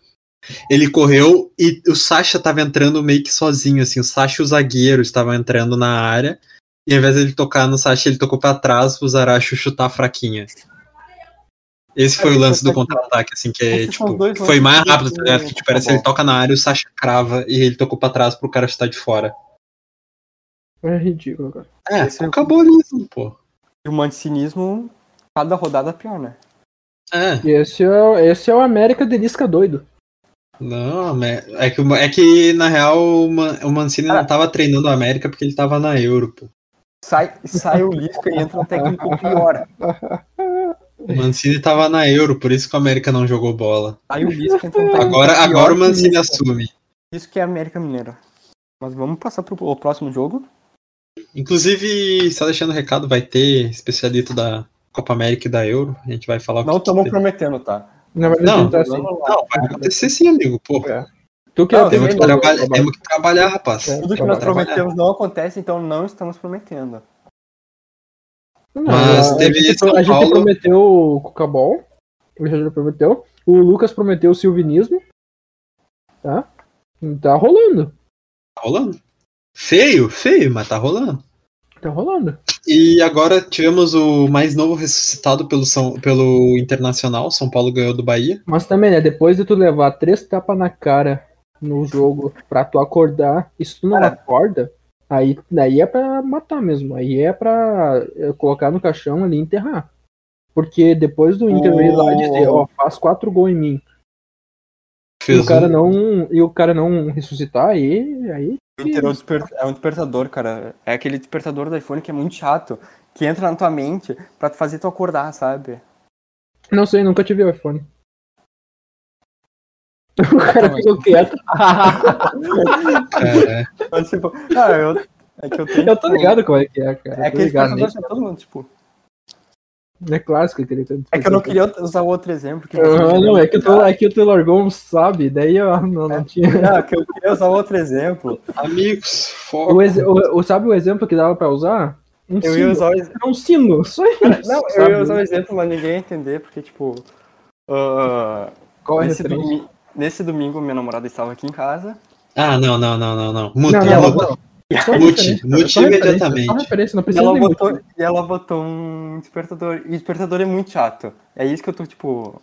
B: Ele correu e o Sacha tava entrando meio que sozinho, assim. O Sacha e o zagueiro estavam entrando na área. E ao invés de ele tocar no Sacha, ele tocou pra trás o Zaracho chutar fraquinha. Esse foi o
D: É, isso
B: lance
D: foi
B: do contra-ataque, assim, que é,
D: Esses são
B: tipo,
D: dois
B: que foi mais
D: lances
B: rápido,
D: que- né?
B: tá ligado? Que, tipo, parece que ele toca na área, o Sacha crava e ele tocou pra trás pro cara chutar de fora.
C: É ridículo, cara.
B: É,
D: Esse é o-
B: acabou isso, pô.
D: E o mantinismo, um cada rodada é pior, né?
B: É.
C: E Esse é, o- esse é o América de Lisca doido.
B: Não, né, é que, o- é que na real o Man- o Mancini não tava treinando a América porque ele tava na Euro, pô.
D: Sai, sai o Lisca e entra um técnico pior.
B: O Mancini tava na Euro, por isso que o América não jogou bola.
D: Sai o Lisca entra um técnico
B: Agora,
D: pior
B: agora o
D: que
B: Mancini
D: Lisca.
B: assume.
D: Isso que é América Mineira. Mas vamos passar pro pro próximo jogo.
B: Inclusive, só deixando o recado, vai ter especialista da Copa América e da Euro. A gente vai falar o
D: Não
B: que que
D: estamos
B: tem.
D: prometendo, tá?
C: Na verdade,
B: Não.
C: ele tá assim.
D: Vamos lá.
B: Não, vai acontecer sim, amigo, pô.
C: É. Tu que
D: Não,
C: é
B: Temos que,
C: atendente do-
B: trabalhar,
C: do-
B: temos que trabalhar, rapaz.
C: É.
D: Tudo que nós
B: Vamos trabalhar.
D: prometemos não acontece, então não estamos prometendo.
C: Não,
B: Mas
C: a-
B: teve
C: a gente,
B: São
C: a gente
B: Paulo.
C: prometeu o Cucabol. O Richard prometeu. O Lucas prometeu o silvinismo. Tá? Tá rolando.
B: Tá rolando. Feio, feio, mas tá rolando.
C: Tá rolando.
B: E agora tivemos o mais novo ressuscitado pelo, São, pelo Internacional. São Paulo ganhou do Bahia.
C: Mas também, né? Depois de tu levar três tapas na cara no jogo pra tu acordar, e se tu não
D: Cara.
C: acorda, aí, aí é pra matar mesmo. Aí é pra é, colocar no caixão ali e enterrar. Porque depois do Inter ir lá e dizer,
D: Oh.
C: ó, faz quatro gols em mim. E
B: Fez
C: o cara
B: um-
C: não, e o cara não ressuscitar, aí, aí
D: O Inter é um, desper- é um despertador, cara. É aquele despertador do iPhone que é muito chato, que entra na tua mente pra te fazer tu acordar, sabe?
C: não sei, nunca tive o iPhone. O cara ficou quieto.
B: É, é.
D: Então, tipo, ah, eu... É que eu tenho...
C: Eu tô ligado como é que é, cara.
D: É
C: tô
D: aquele
C: ligado.
D: despertador que todo mundo, tipo...
C: É clássico aquele.
D: É que eu não queria usar outro exemplo. Que
C: Ah, não, é que, tu, é que o Telorgon sabe, daí eu não, não tinha.
D: Não, é que eu queria usar outro exemplo.
B: Amigos, foco.
C: O, ex- o- o- sabe o exemplo que dava pra usar? Um
D: Eu
C: sino.
D: ia usar o ex-
C: É um sino, só isso.
D: Não, eu
C: sabe?
D: ia usar o exemplo, mas ninguém ia entender, porque, tipo... ah,
C: Qual é a
D: nesse,
C: referência?
D: domi- nesse domingo, minha namorada estava aqui em casa.
B: Ah, não, não, não, não, não. Muta,
C: Não,
D: né?
C: não,
B: muta.
C: não. Só
B: Mute,
C: referência,
B: mute
C: só referência,
B: imediatamente.
C: Só referência, não
D: E
C: precisa né?
D: ela,
C: nem
D: botou,
C: mute.
D: e ela botou um despertador. E despertador é muito chato. É isso que eu tô, tipo.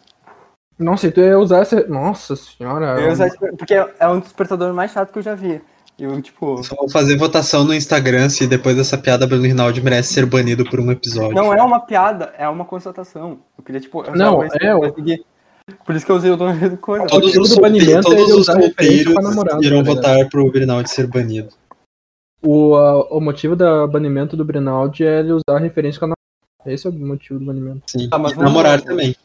C: Nossa, e tu ia usar essa. Nossa senhora.
D: eu ia usar desper- porque é é um despertador mais chato que eu já vi. Eu, tipo.
B: Só vou fazer votação no Instagram se depois dessa piada Bruno Rinaldi merece ser banido por um episódio.
D: Não é uma piada, é uma constatação. Eu queria, tipo. eu
C: Não,
D: só-
C: é,
D: eu
C: eu-
D: consegui- Por isso que eu usei o nome do coisa.
C: Todo-
B: Todos
C: motivo
B: os,
C: do
B: solteiros-
C: banimento é
B: todos
C: ele
B: os
C: usar referência pra
B: solteiros
C: namorada,
B: irão
C: tá ligado?
B: votar pro Rinaldi ser banido.
C: O, a- o motivo do banimento do Brinaldi é ele usar a referência com a namorada. Esse é o motivo do banimento.
B: Sim.
D: Tá, mas
B: e
D: vamos-
C: é.
B: namorar também.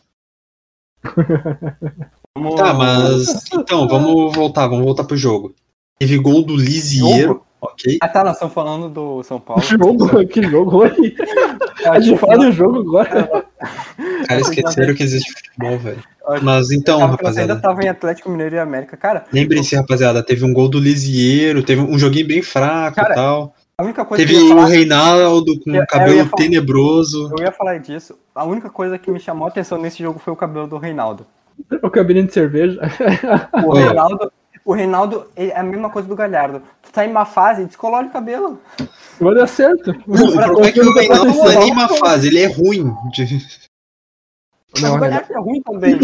D: Vamos-
B: Tá, mas. Então, vamos voltar, vamos voltar pro jogo. Teve gol do Lisieiro,
D: Jogo?
B: ok?
D: Ah, tá, nós estamos falando do São Paulo.
C: jogo? que jogo? Oi?
D: Ah,
C: A gente
D: tipo,
C: fala do jogo agora.
B: Cara, esqueceram que existe futebol, velho.
D: Olha,
B: Mas então,
D: tava que nós ainda
B: rapaziada.
D: tava em Atlético Mineiro e América. Cara,
B: Lembrem-se, rapaziada, teve um gol do Lisieiro, teve um joguinho bem fraco
D: Cara,
B: e tal.
D: a única coisa
B: Teve um
D: que eu ia
B: o
D: falar-
B: Reinaldo com
D: Eu- eu ia
B: cabelo
D: falar-
B: tenebroso.
D: Eu ia falar disso. A única coisa que me chamou a atenção nesse jogo foi o cabelo do Reinaldo. Ah.
C: O cabine de cerveja.
D: O
B: Ô.
D: Reinaldo, o Reinaldo ele- é a mesma coisa do Galhardo. Tu tá em uma fase, descolore o cabelo.
C: Vai dar certo.
B: Não, o problema é que o Reinaldo não é
C: aconteceu.
B: nenhuma fase, ele é ruim. de-
D: Mas
C: Não,
D: o Galhardo é ruim também.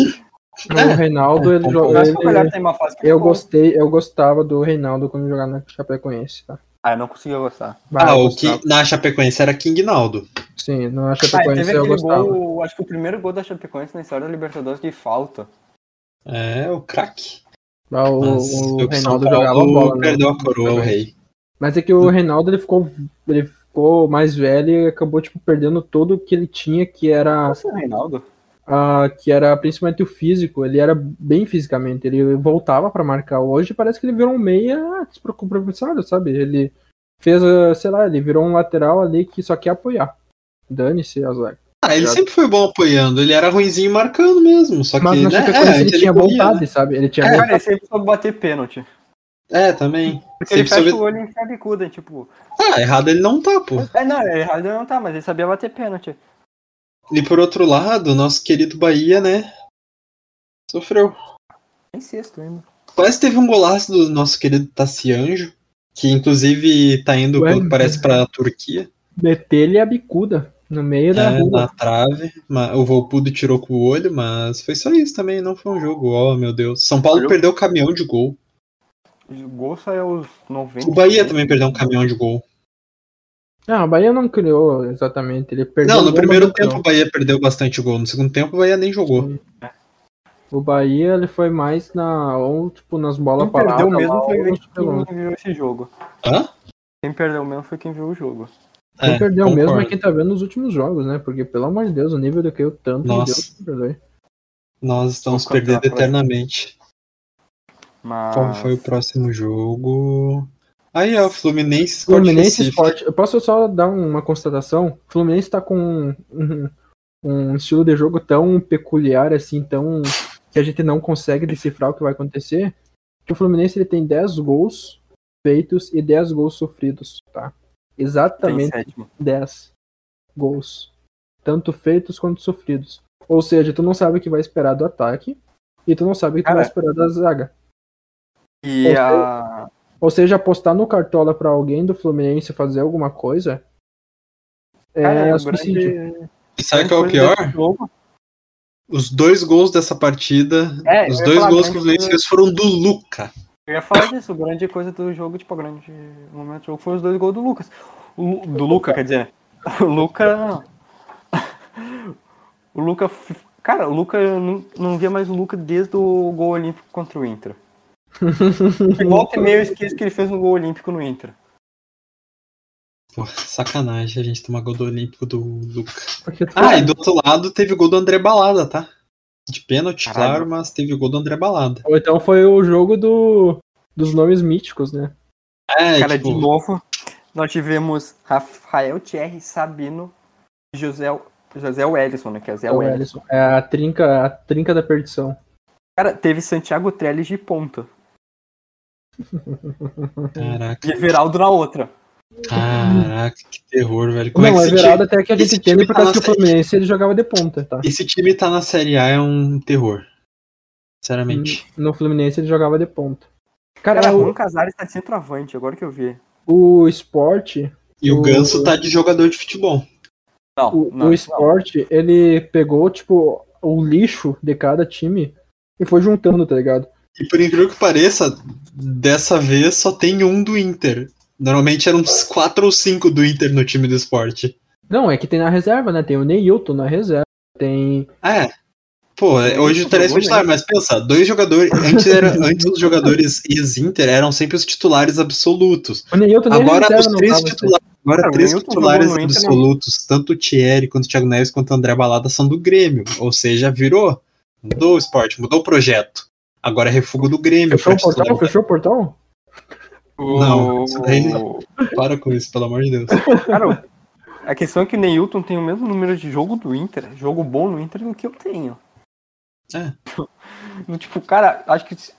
B: É.
C: O
D: É,
C: Reinaldo, ele
B: Eu
C: joga.
D: Eu acho que o Galhardo
C: ele-
D: tá em uma fase que
C: Eu
D: bom.
C: gostei, eu gostava do Reinaldo quando jogava na Chapecoense, tá?
D: Ah, eu não conseguia gostar.
C: Mas
B: Ah,
C: eu
B: o
C: gostava.
B: que na Chapecoense era King Naldo.
C: Sim, na
D: Ah, e teve
C: Chapecoense eu
D: aquele
C: gostava.
D: gol, acho que o primeiro gol da Chapecoense na história da Libertadores de falta.
B: É, o craque.
C: Ah, o,
B: Mas
C: o
B: o São
C: Reinaldo
B: Paulo
C: jogava bola. né?
B: Perdeu a coroa, o rei.
C: Mas é que o Reinaldo ele ficou, ele ficou mais velho e acabou tipo perdendo todo o que ele tinha, que era
D: Nossa, o Reinaldo.
C: ah, que era principalmente o físico. Ele era bem fisicamente, ele voltava pra marcar. Hoje parece que ele virou um meia despreocupado, sabe? Ele fez, ah, sei lá, ele virou um lateral ali que só quer apoiar. Dane-se, azar.
B: Ah, ele sempre foi bom apoiando. Ele era ruimzinho marcando mesmo. Só que,
C: Mas na
B: né,
C: Chapecoense
B: é,
C: ele tinha
B: corria,
C: vontade,
B: né?
C: sabe? Ele tinha
B: É,
C: vontade.
D: Cara, ele sempre soube bater pênalti.
B: É, também.
D: Porque ele
B: Sempre
D: fecha
B: soube-
D: o olho e enfiava a bicuda, tipo.
B: Ah, errado ele não tá, pô.
D: É, não, errado ele não tá, mas ele sabia bater pênalti.
B: E por outro lado, nosso querido Bahia, né? Sofreu.
D: Em sexto ainda.
B: Quase teve um golaço do nosso querido Tassianjo, que inclusive tá indo,
C: Ué,
B: pelo que parece, pra Turquia,
C: Meter-lhe a bicuda no meio da
B: né,
C: rua.
B: na trave. Mas o Volpudo tirou com o olho, mas foi só isso também, não foi um jogo. Oh, meu Deus. São Paulo
D: Olha o-
B: perdeu o caminhão de gol.
D: O gol saiu aos 90.
B: O Bahia também perdeu um caminhão de gol.
C: Não, Ah, o Bahia não criou exatamente. Ele perdeu
B: Não,
C: o
B: no
C: gol, mas
B: primeiro
C: não criou.
B: tempo o Bahia perdeu bastante gol. No segundo tempo o Bahia nem jogou.
C: O Bahia ele foi mais na. Ou tipo, nas bolas
D: Quem
C: paradas.
D: perdeu mesmo
C: lá,
D: foi né?
C: ou
D: quem
C: nos pênaltis.
D: viu esse jogo.
B: Hã?
D: Quem perdeu mesmo foi quem viu o jogo.
C: Quem
B: É,
C: perdeu mesmo é
B: concordo.
C: quem tá vendo nos últimos jogos, né? Porque, pelo amor de Deus, o nível do que eu tanto
B: Nossa.
C: me deu. perdoe.
B: Nós estamos
D: Vou contar Ah.
B: perdendo
D: a próxima.
B: eternamente.
D: Mas.
B: Qual foi o próximo jogo? Aí, ó, Fluminense Sport
C: Fluminense
B: Recife.
C: Sport. Eu posso só dar uma constatação? O Fluminense tá com um, um- um estilo de jogo tão peculiar, assim, tão. que a gente não consegue decifrar o que vai acontecer. Que o Fluminense ele tem 10 gols feitos e 10 gols sofridos, tá?
D: Tem
C: Exatamente
D: sétimo.
C: 10 gols, tanto feitos quanto sofridos. Ou seja, tu não sabe o que vai esperar do ataque e tu não sabe o que tu
D: Cara.
C: vai esperar da zaga.
D: E a.
C: Ou seja, apostar no cartola pra alguém do Fluminense fazer alguma coisa é
D: Cara, o
C: suicídio.
D: grande...
B: E sabe qual é o
D: grande coisa
B: pior?
D: desse jogo-
B: Os dois gols dessa partida,
D: É,
B: os
D: eu ia
B: dois
D: falar,
B: gols que o
D: grande
B: Fluminense
D: coisa-
B: fez foram do Luca.
D: Eu ia falar disso, a grande coisa do jogo, tipo, a grande momento do jogo foi os dois gols do Lucas. O Lu- do Luca, quer dizer. O Luca. O Luca. f- Cara, o Luca, eu não, não via mais o Luca desde o gol olímpico contra o Inter. E volta e meia eu esqueço que ele fez um gol olímpico no Inter.
B: Pô, sacanagem, a gente tomar gol do Olímpico do Luca.
C: Porque tu-
B: Ah, e do outro lado teve gol do André Balada, tá? De pênalti,
D: Caralho.
B: claro, mas teve gol do André Balada.
C: Ou então foi o jogo do, dos nomes míticos, né?
B: É,
D: Cara,
B: tipo,
D: de novo, nós tivemos Rafael Thierry, Sabino e José, José Wellison, né? Que é Zé
C: É, o
D: Wellison.
C: Alisson. É a trinca, a trinca da perdição.
D: Cara, teve Santiago Trellis de ponta.
B: caraca,
D: E Everaldo na outra.
B: caraca, que terror, velho. Como
C: não,
B: é
C: é
B: que esse,
C: verdade até que a
B: esse
C: gente
B: time
C: entende por
B: tá
C: causa que
B: na
C: o Fluminense ele jogava de ponta, tá?
B: time, esse time tá na Série A é um terror. Sinceramente.
C: No Fluminense ele jogava de ponta. Cara,
D: Cara,
C: o,
D: Juan Casares tá de centroavante, agora que eu vi.
C: o esporte,
D: Hum,
B: E o
C: O-
B: Ganso tá de jogador de futebol.
D: Não,
C: o,
D: não.
C: o esporte, ele pegou, tipo, o lixo de cada time e foi juntando, tá ligado?
B: E por incrível que pareça, dessa vez só tem um do Inter. Normalmente eram uns 4 ou 5 do Inter no time do esporte.
C: Não, é que tem na reserva, né? Tem o Neilton na reserva, tem...
B: É. Pô, é, hoje
D: Isso,
B: parece
D: jogou
B: titular, mas pensa, dois jogadores. Antes, era, antes os jogadores ex-Inter eram sempre os titulares absolutos.
C: O Neilton nem
B: Agora
C: reserva
B: os
C: não
B: três
C: tava, assim.
B: titulares. Agora,
D: Cara, Ah, o
B: três
D: Newton
B: titulares
D: jogou no Inter, né?
B: absolutos, tanto o Thierry quanto o Thiago Neves quanto o André Balada são do Grêmio. Ou seja, virou. Mudou o esporte, mudou o projeto. Agora é refugo do Grêmio.
C: Fechou
B: pra
C: o
B: titular.
C: portão? Fechou o portão?
B: Não,
D: O-
B: isso daí não. Para com isso, pelo amor de Deus.
D: Cara, a questão é que o Neilton tem o mesmo número de jogo do Inter, jogo bom no Inter, do que eu tenho.
B: É.
D: Do Tipo, cara, acho que se-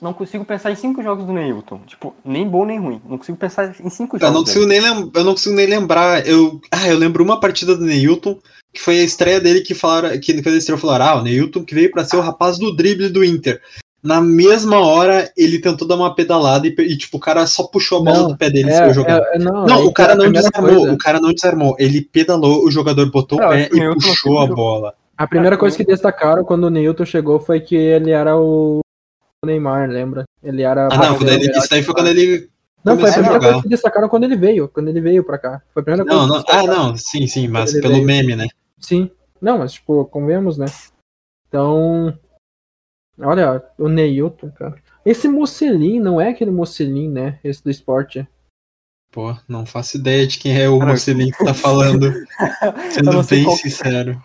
D: não consigo pensar em cinco jogos do Neilton. Tipo, nem bom nem ruim. Não consigo pensar em cinco
B: Eu não
C: Tá,
D: jogos.
B: consigo
D: dele.
B: nem, lem- eu não consigo nem lembrar. Eu, ah, eu lembro uma partida do Neilton, que foi a estreia dele que falaram, que quando ele estreou falaram, ah, o Neilton que veio pra ser o rapaz do drible do Inter. Na mesma hora, ele tentou dar uma pedalada e, pe- e, tipo, o cara só puxou a bola
C: Não,
B: do pé dele e
C: É,
B: saiu jogando.
C: é- é, não,
B: não,
C: aí
B: o cara
C: foi a
B: não
C: primeira
B: desarmou,
C: coisa.
B: o cara não desarmou. Ele pedalou, o jogador botou
D: Ah,
B: o pé
D: acho que o
B: e
D: Neilton não
B: puxou a
D: sempre jogou.
B: bola.
C: A primeira
D: Ah,
C: coisa que
D: eu-
C: destacaram quando o Neilton chegou foi que ele era o Neymar, lembra? Ele era.
B: Ah, não, quando ele, isso daí foi quando ele.
C: Não, foi a
B: começou a
C: primeira
B: jogar.
C: coisa que destacaram quando ele veio, quando ele veio pra cá. Foi a primeira
B: Não,
C: coisa.
B: não,
C: que
B: ah,
C: destacaram.
B: não, sim, sim, mas
C: né? Ele
B: pelo
C: veio.
B: meme, né?
C: Sim. Não, mas, tipo, convenhamos, né? Então. Olha, o Neilton, cara. Esse Mocelin não é aquele Mocelin, né? Esse do esporte.
B: Pô, não faço ideia de quem é o
D: Cara,
B: Marcelinho que tá falando.
D: Eu
B: Sendo
D: não sei
B: bem
D: qual-
B: sincero.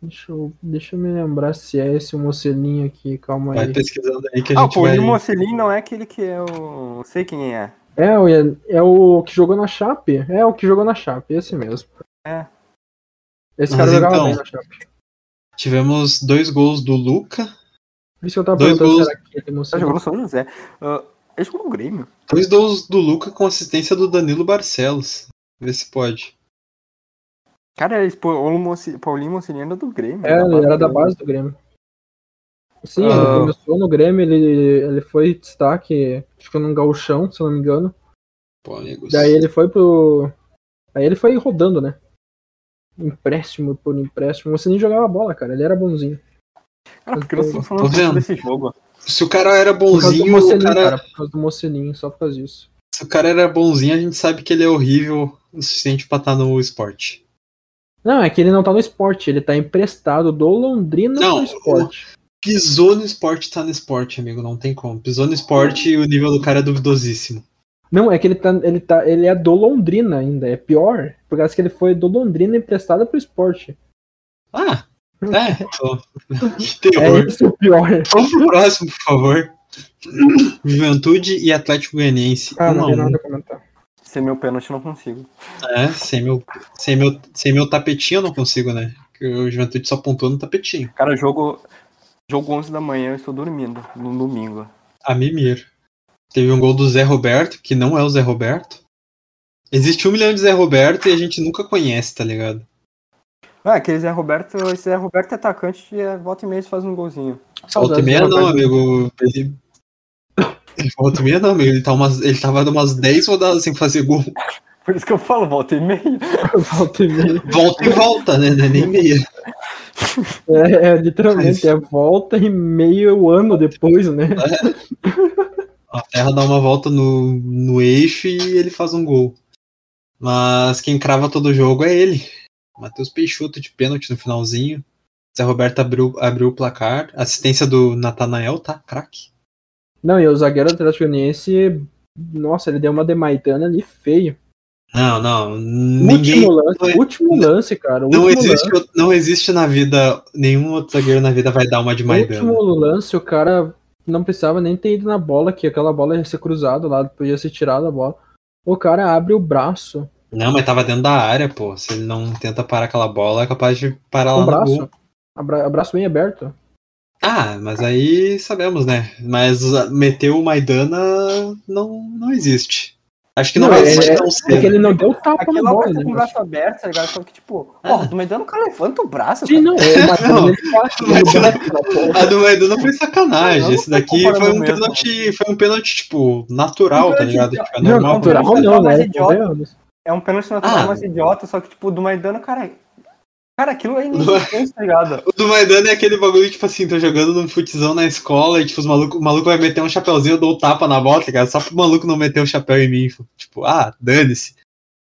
C: Deixa eu, deixa eu me lembrar se é esse Mocelin aqui, calma
B: Vai
C: aí.
B: pesquisando aí que a
D: Ah, o
B: gente vai.
D: Paulinho Mocelin não é aquele que é o. Não sei quem é.
C: É, o- é o que jogou na Chape? É o que jogou na Chape, esse mesmo.
D: É.
C: Esse cara
B: Mas
C: jogava
B: então-
C: bem na Chape.
B: Tivemos dois gols do Luca,
C: Por isso que eu tava
B: Dois
C: perguntando
B: gols.
C: será que ele
D: Tá
C: mostrou.
D: jogando São José. Ah, ele jogou no Grêmio.
B: dois gols do Luca com assistência do Danilo Barcelos. Vê se pode.
D: Cara, esse Paulo Moci- Paulinho Mocelin era do Grêmio. né?
C: É, ele era da
D: do Grêmio.
C: base do Grêmio. Sim,
D: Ah.
C: ele começou no Grêmio, ele, ele foi destaque, acho que num gauchão, se eu não me engano.
B: Pô, amigos.
C: Daí ele foi pro. Aí ele foi rodando, né? Empréstimo por empréstimo. Você nem jogava bola, cara. Ele era bonzinho.
D: Cara, por que nós estamos
B: Tô
D: falando tanto
B: vendo.
D: desse jogo?
B: Se o cara era
C: Por causa do
B: bonzinho, o
C: Mocelinho,
B: cara,
C: cara. Por causa do Mocelinho, só por causa disso.
B: se o cara era bonzinho, a gente sabe que ele é horrível o suficiente pra estar no esporte.
C: Não, é que ele não tá no esporte, ele tá emprestado do Londrina
B: Não,
C: pro esporte.
B: Pisou no esporte, tá no esporte, amigo, não tem como. Pisou no esporte e o nível do cara é duvidosíssimo.
C: Não, é que ele tá, ele tá. Ele é do Londrina ainda, é pior. Por causa que ele foi do Londrina emprestado pro esporte.
B: Ah, é. Tô... que
C: É
B: terror.
C: isso o pior.
B: Vamos pro próximo, por favor. Juventude e Atlético Goianiense.
C: Ah,
B: um
C: não
B: a
C: tem
B: um.
C: nada a comentar.
D: Se é meu pênalti, eu não consigo.
B: É, sem meu, sem meu, sem meu tapetinho eu não consigo, né? Porque o Juventude só pontuou no tapetinho.
D: Cara, jogo. Jogo 11 da manhã, eu estou dormindo no domingo.
B: A mimir. Teve um gol do Zé Roberto, que não é o Zé Roberto. Existe um milhão de Zé Roberto e a gente nunca conhece, tá ligado?
D: Ah, aquele Zé Roberto, esse Zé Roberto é atacante, é, volta e meia eles fazem um golzinho.
B: Volta e meia não, amigo. Ele... Volta e meia não, amigo. Ele, tá umas, ele tava umas 10 rodadas sem fazer gol.
D: Por isso que eu falo, volta e meia.
C: Volta e meia.
B: Volta e volta, né? Não é nem meia.
C: É, é, literalmente, é volta e meio ano depois, né?
B: A Terra dá uma volta no, no eixo e ele faz um gol. Mas quem crava todo jogo é ele. Matheus Peixoto de pênalti no finalzinho. Zé Roberto abriu, abriu o placar. Assistência do Natanael, tá? Craque.
C: Não, e o zagueiro do Atlético Goianiense, nossa, ele deu uma de Maitana ali feio.
B: Não, não.
C: último
B: Ninguém.
C: lance,
B: foi-
C: último lance, cara.
B: Não
C: último
B: existe, não existe na vida. Nenhum outro zagueiro na vida vai dar uma de
C: lance,
B: Maidana.
C: último lance, o cara não precisava nem ter ido na bola, que aquela bola ia ser cruzada lá, podia ser tirada a bola. O cara abre o braço.
B: Não, mas tava dentro da área, pô. Se ele não tenta parar aquela bola, é capaz de parar lá
C: O
B: no gol.
C: Um braço. abra- Abraço bem aberto.
B: Ah, mas aí sabemos, né? Mas ah, meter o Maidana não, não existe. Acho que não,
C: Não,
B: vai
C: é-
B: existir
C: é-
B: tão
C: É que
B: cedo.
C: ele não deu tapa
D: Aquela
C: na bola.
D: bola tá com o
C: né?
D: braço aberto, tá ligado? Só que tipo,
B: Ah.
D: ó, do Maidana o cara levanta o braço.
C: Sim,
D: cara.
C: não, é, mas
B: Não.
C: ele bate no
B: Mas- tá
C: braço da bola.
B: A do Maidana foi sacanagem.
D: Não,
B: Esse daqui
D: não tô
B: foi um
D: comparando mesmo.
B: pênalti, foi um pênalti tipo natural,
D: Um
B: tá
D: pênalti
B: ligado?
D: de-
B: Tipo, é
C: Não,
B: normal.
C: natural
D: mas-
C: não,
D: mas
C: né?
D: idiota.
C: convenhamos.
D: É um pênalti natural,
B: Ah.
D: mas idiota, só que tipo, do Maidana, cara. Cara, aquilo é inexistente, tá ligado?
B: O do Maidana é aquele bagulho, tipo assim, tô jogando num futzão na escola e tipo, os maluco, o maluco vai meter um chapéuzinho, eu dou um tapa na bola, tá ligado? Só pro maluco não meter o chapéu em mim. Tipo, ah, dane-se.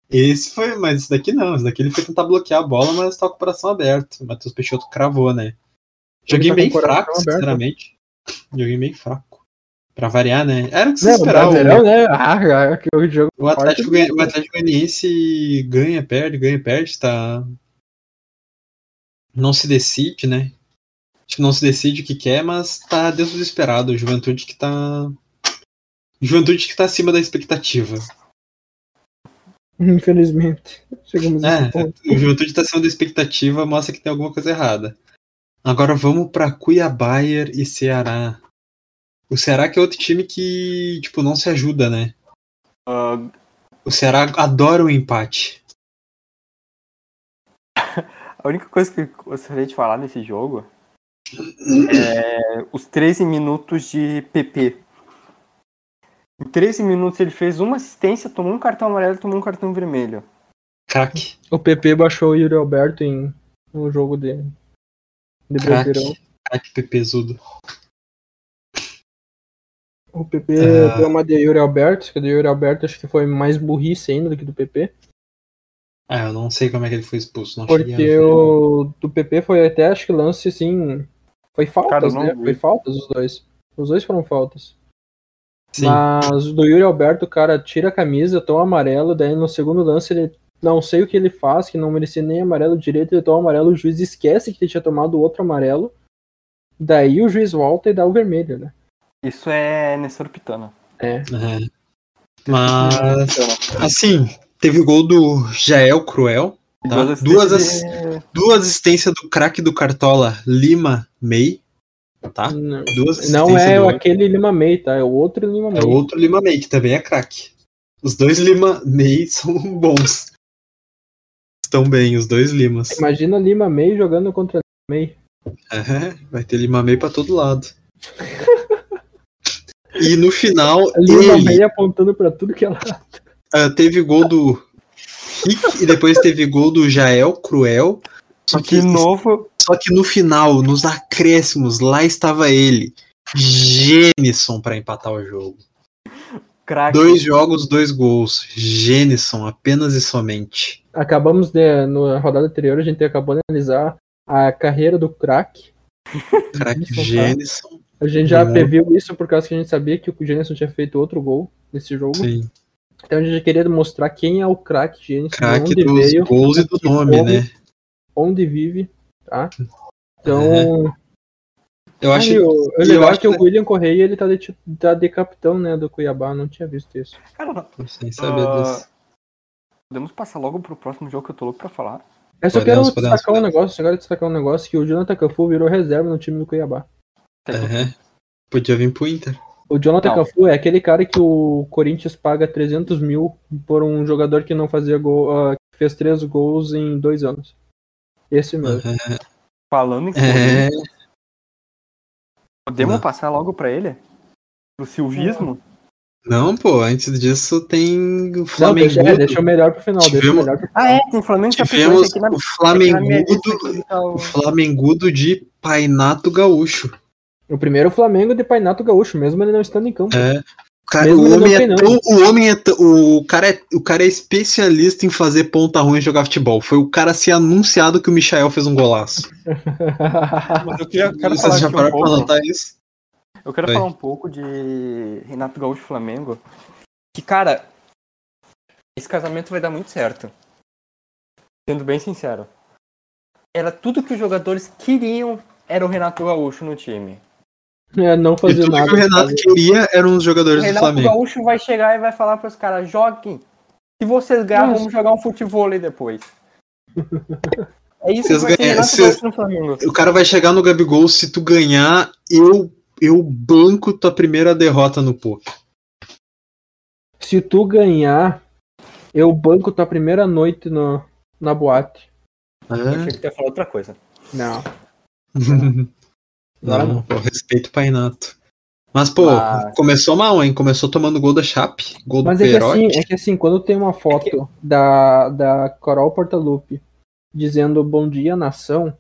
B: Esse foi, mas esse daqui não. Esse daqui ele foi tentar bloquear a bola, mas tá com o coração aberto. O Matheus Peixoto cravou, né? Joguei
C: tá com
B: bem
C: o coração
B: fraco,
C: aberto.
B: sinceramente. Joguei bem fraco. Pra variar, né? Era o que se
C: Né, no
B: esperava.
C: Brasileirão, né? Ah, ah, que o jogo
B: O Atlético, ganha- o Atlético Goianiense ganha, perde, ganha, perde, tá. Não se decide, né? Acho que Não se decide o que quer, mas tá desesperado. Juventude que tá. Juventude que tá acima da expectativa.
C: Infelizmente. Chegamos nesse ponto.
B: É, o Juventude tá acima da expectativa, mostra que tem alguma coisa errada. Agora vamos pra Cuiabá e Ceará. O Ceará que é outro time que, tipo, não se ajuda, né?
D: Ah,
B: O Ceará adora o empate.
D: A única coisa que eu gostaria de falar desse jogo é os 13 minutos de PP. Em 13 minutos ele fez uma assistência, tomou um cartão amarelo, tomou um cartão vermelho.
B: Craque.
C: O PP baixou o Yuri Alberto em um jogo de, de
B: Craque.
C: Brasileirão.
B: Craque Pepezudo.
C: O PP
B: Ah.
C: deu uma de Yuri Alberto, que do Yuri Alberto acho que foi mais burrice ainda do que do PP.
B: Ah, eu não sei como é que ele foi expulso. Não cheguei
C: Porque
B: a ver.
C: o do PP foi até acho que lance assim. Foi faltas,
D: não
C: né?
D: vi.
C: Foi faltas os dois. Os dois foram faltas.
B: Sim.
C: Mas o do Yuri Alberto, o cara tira a camisa, toma amarelo, daí no segundo lance ele não sei o que ele faz, que não merecia nem amarelo direito, ele toma amarelo, o juiz esquece que ele tinha tomado outro amarelo. Daí o juiz volta e dá o vermelho, né?
D: Isso é Nestor Pitana.
B: É. Mas, assim, teve o gol do Jael Cruel. Tá? Duas, ass- duas assistências do craque do Cartola, Lima May. Tá?
C: Não,
B: Duas assistências
C: não é
B: do-
C: aquele Lima May, tá? É o outro Lima May.
B: É outro Lima May, que também é craque. Os dois Lima May são bons. Estão bem, os dois Limas.
C: Imagina Lima May jogando contra Lima May.
B: É, vai ter Lima May pra todo lado. e no final,
C: Lima
B: ele
C: May apontando pra tudo que ela.
B: ah, teve gol do Rick e depois teve gol do Jael Cruel. Só que,
D: De novo,
B: só que no final, nos acréscimos, lá estava ele, Genison, pra empatar o jogo.
D: craque.
B: Dois jogos, dois gols. Genison, apenas e somente.
C: Acabamos de. Na rodada anterior, a gente acabou de analisar a carreira do craque.
B: Caraca,
C: Genison, tá?
B: Genison.
C: A gente já
B: Uhum.
C: previu isso por causa que a gente sabia que o Jenison tinha feito outro gol nesse jogo.
B: Sim,
C: Então a gente queria mostrar quem é o craque Jenison, de
B: craque
C: onde
B: dos
C: veio,
B: gols e do
C: que é
B: nome,
C: come.
B: né?
C: onde vive, tá? Então,
B: Eu É, acho
C: Ai, o- é legal
B: eu acho
C: que
B: que-
C: o William Correia ele tá de, ti- tá de capitão, né, do Cuiabá, não tinha visto isso.
D: Cara, não-
B: sem saber
D: Ah,
B: disso.
D: podemos passar logo pro próximo jogo que eu tô louco pra falar.
C: Eu só
B: Podemos,
C: quero
B: podemos,
C: destacar um
B: podemos.
C: negócio, só quero destacar um negócio que o Jonathan Cafu virou reserva no time do Cuiabá. tá.
B: Aham. Podia vir pro Inter.
C: O Jonathan
D: Não.
C: Cafu é aquele cara que o Corinthians paga 300 mil por um jogador que não fazia gol, ah, que fez três gols em dois anos. Esse mesmo.
D: Falando em Corinthians,
B: É,
D: podemos
B: não.
D: passar logo pra ele? Pro silvismo?
B: não, pô, antes disso tem o
C: Não,
B: Ah, Flamengo.
C: deixa, é, deixa o melhor pro final, deixa o
B: Tivemos-
C: melhor pro
D: Ah, é, tem Flamengo e
B: Tivemos
D: Chapecoense aqui é na
B: o
D: aqui na minha
B: Flamengudo,
D: lista aqui, tá o-
B: o Flamengudo de Painato Gaúcho.
C: O primeiro Flamengo de Painato Gaúcho, mesmo ele não estando em campo.
B: É. Cara,
C: Mesmo
B: o
C: ele não
B: homem, é
C: tem, não.
B: tão, o homem é tão- o cara é, o cara é especialista em fazer ponta ruim e jogar futebol. Foi o cara ser anunciado que o Michael fez um golaço.
D: Mas eu queria- quero falar
B: Vocês já
D: aqui um
B: pararam pra
D: pouco.
B: notar isso?
D: Eu quero
B: Oi.
D: falar um pouco de Renato Gaúcho e Flamengo. Que, cara, esse casamento vai dar muito certo. Sendo bem sincero. Era tudo que os jogadores queriam era o Renato Gaúcho no time.
C: É, não
B: E
C: fazer
B: tudo
C: nada.
B: que o Renato queria eram os
D: O
B: jogadores do
D: Renato
B: Flamengo.
D: Gaúcho vai chegar e vai falar pros caras, joguem. Se vocês ganharem,
C: Nossa.
D: vamos jogar um futebol aí depois. É isso
B: Vocês
D: que vai ser
B: ganha-
D: Renato
B: vocês-
D: Gaúcho no Flamengo.
B: O cara vai chegar no Gabigol, se tu ganhar, eu, eu banco tua primeira derrota no poker.
C: Se tu ganhar, eu banco tua primeira noite no, na boate.
D: Eu achei que tu ia falar outra coisa.
C: Não.
B: Não, pô, respeito o Painato. Mas, pô,
D: Mas-
B: começou mal, hein? Começou tomando gol da Chape, gol
C: Mas
B: do
C: é que,
B: Perotti.
C: assim, é que assim, quando tem uma foto da, da Carol Portalupe dizendo bom dia, nação,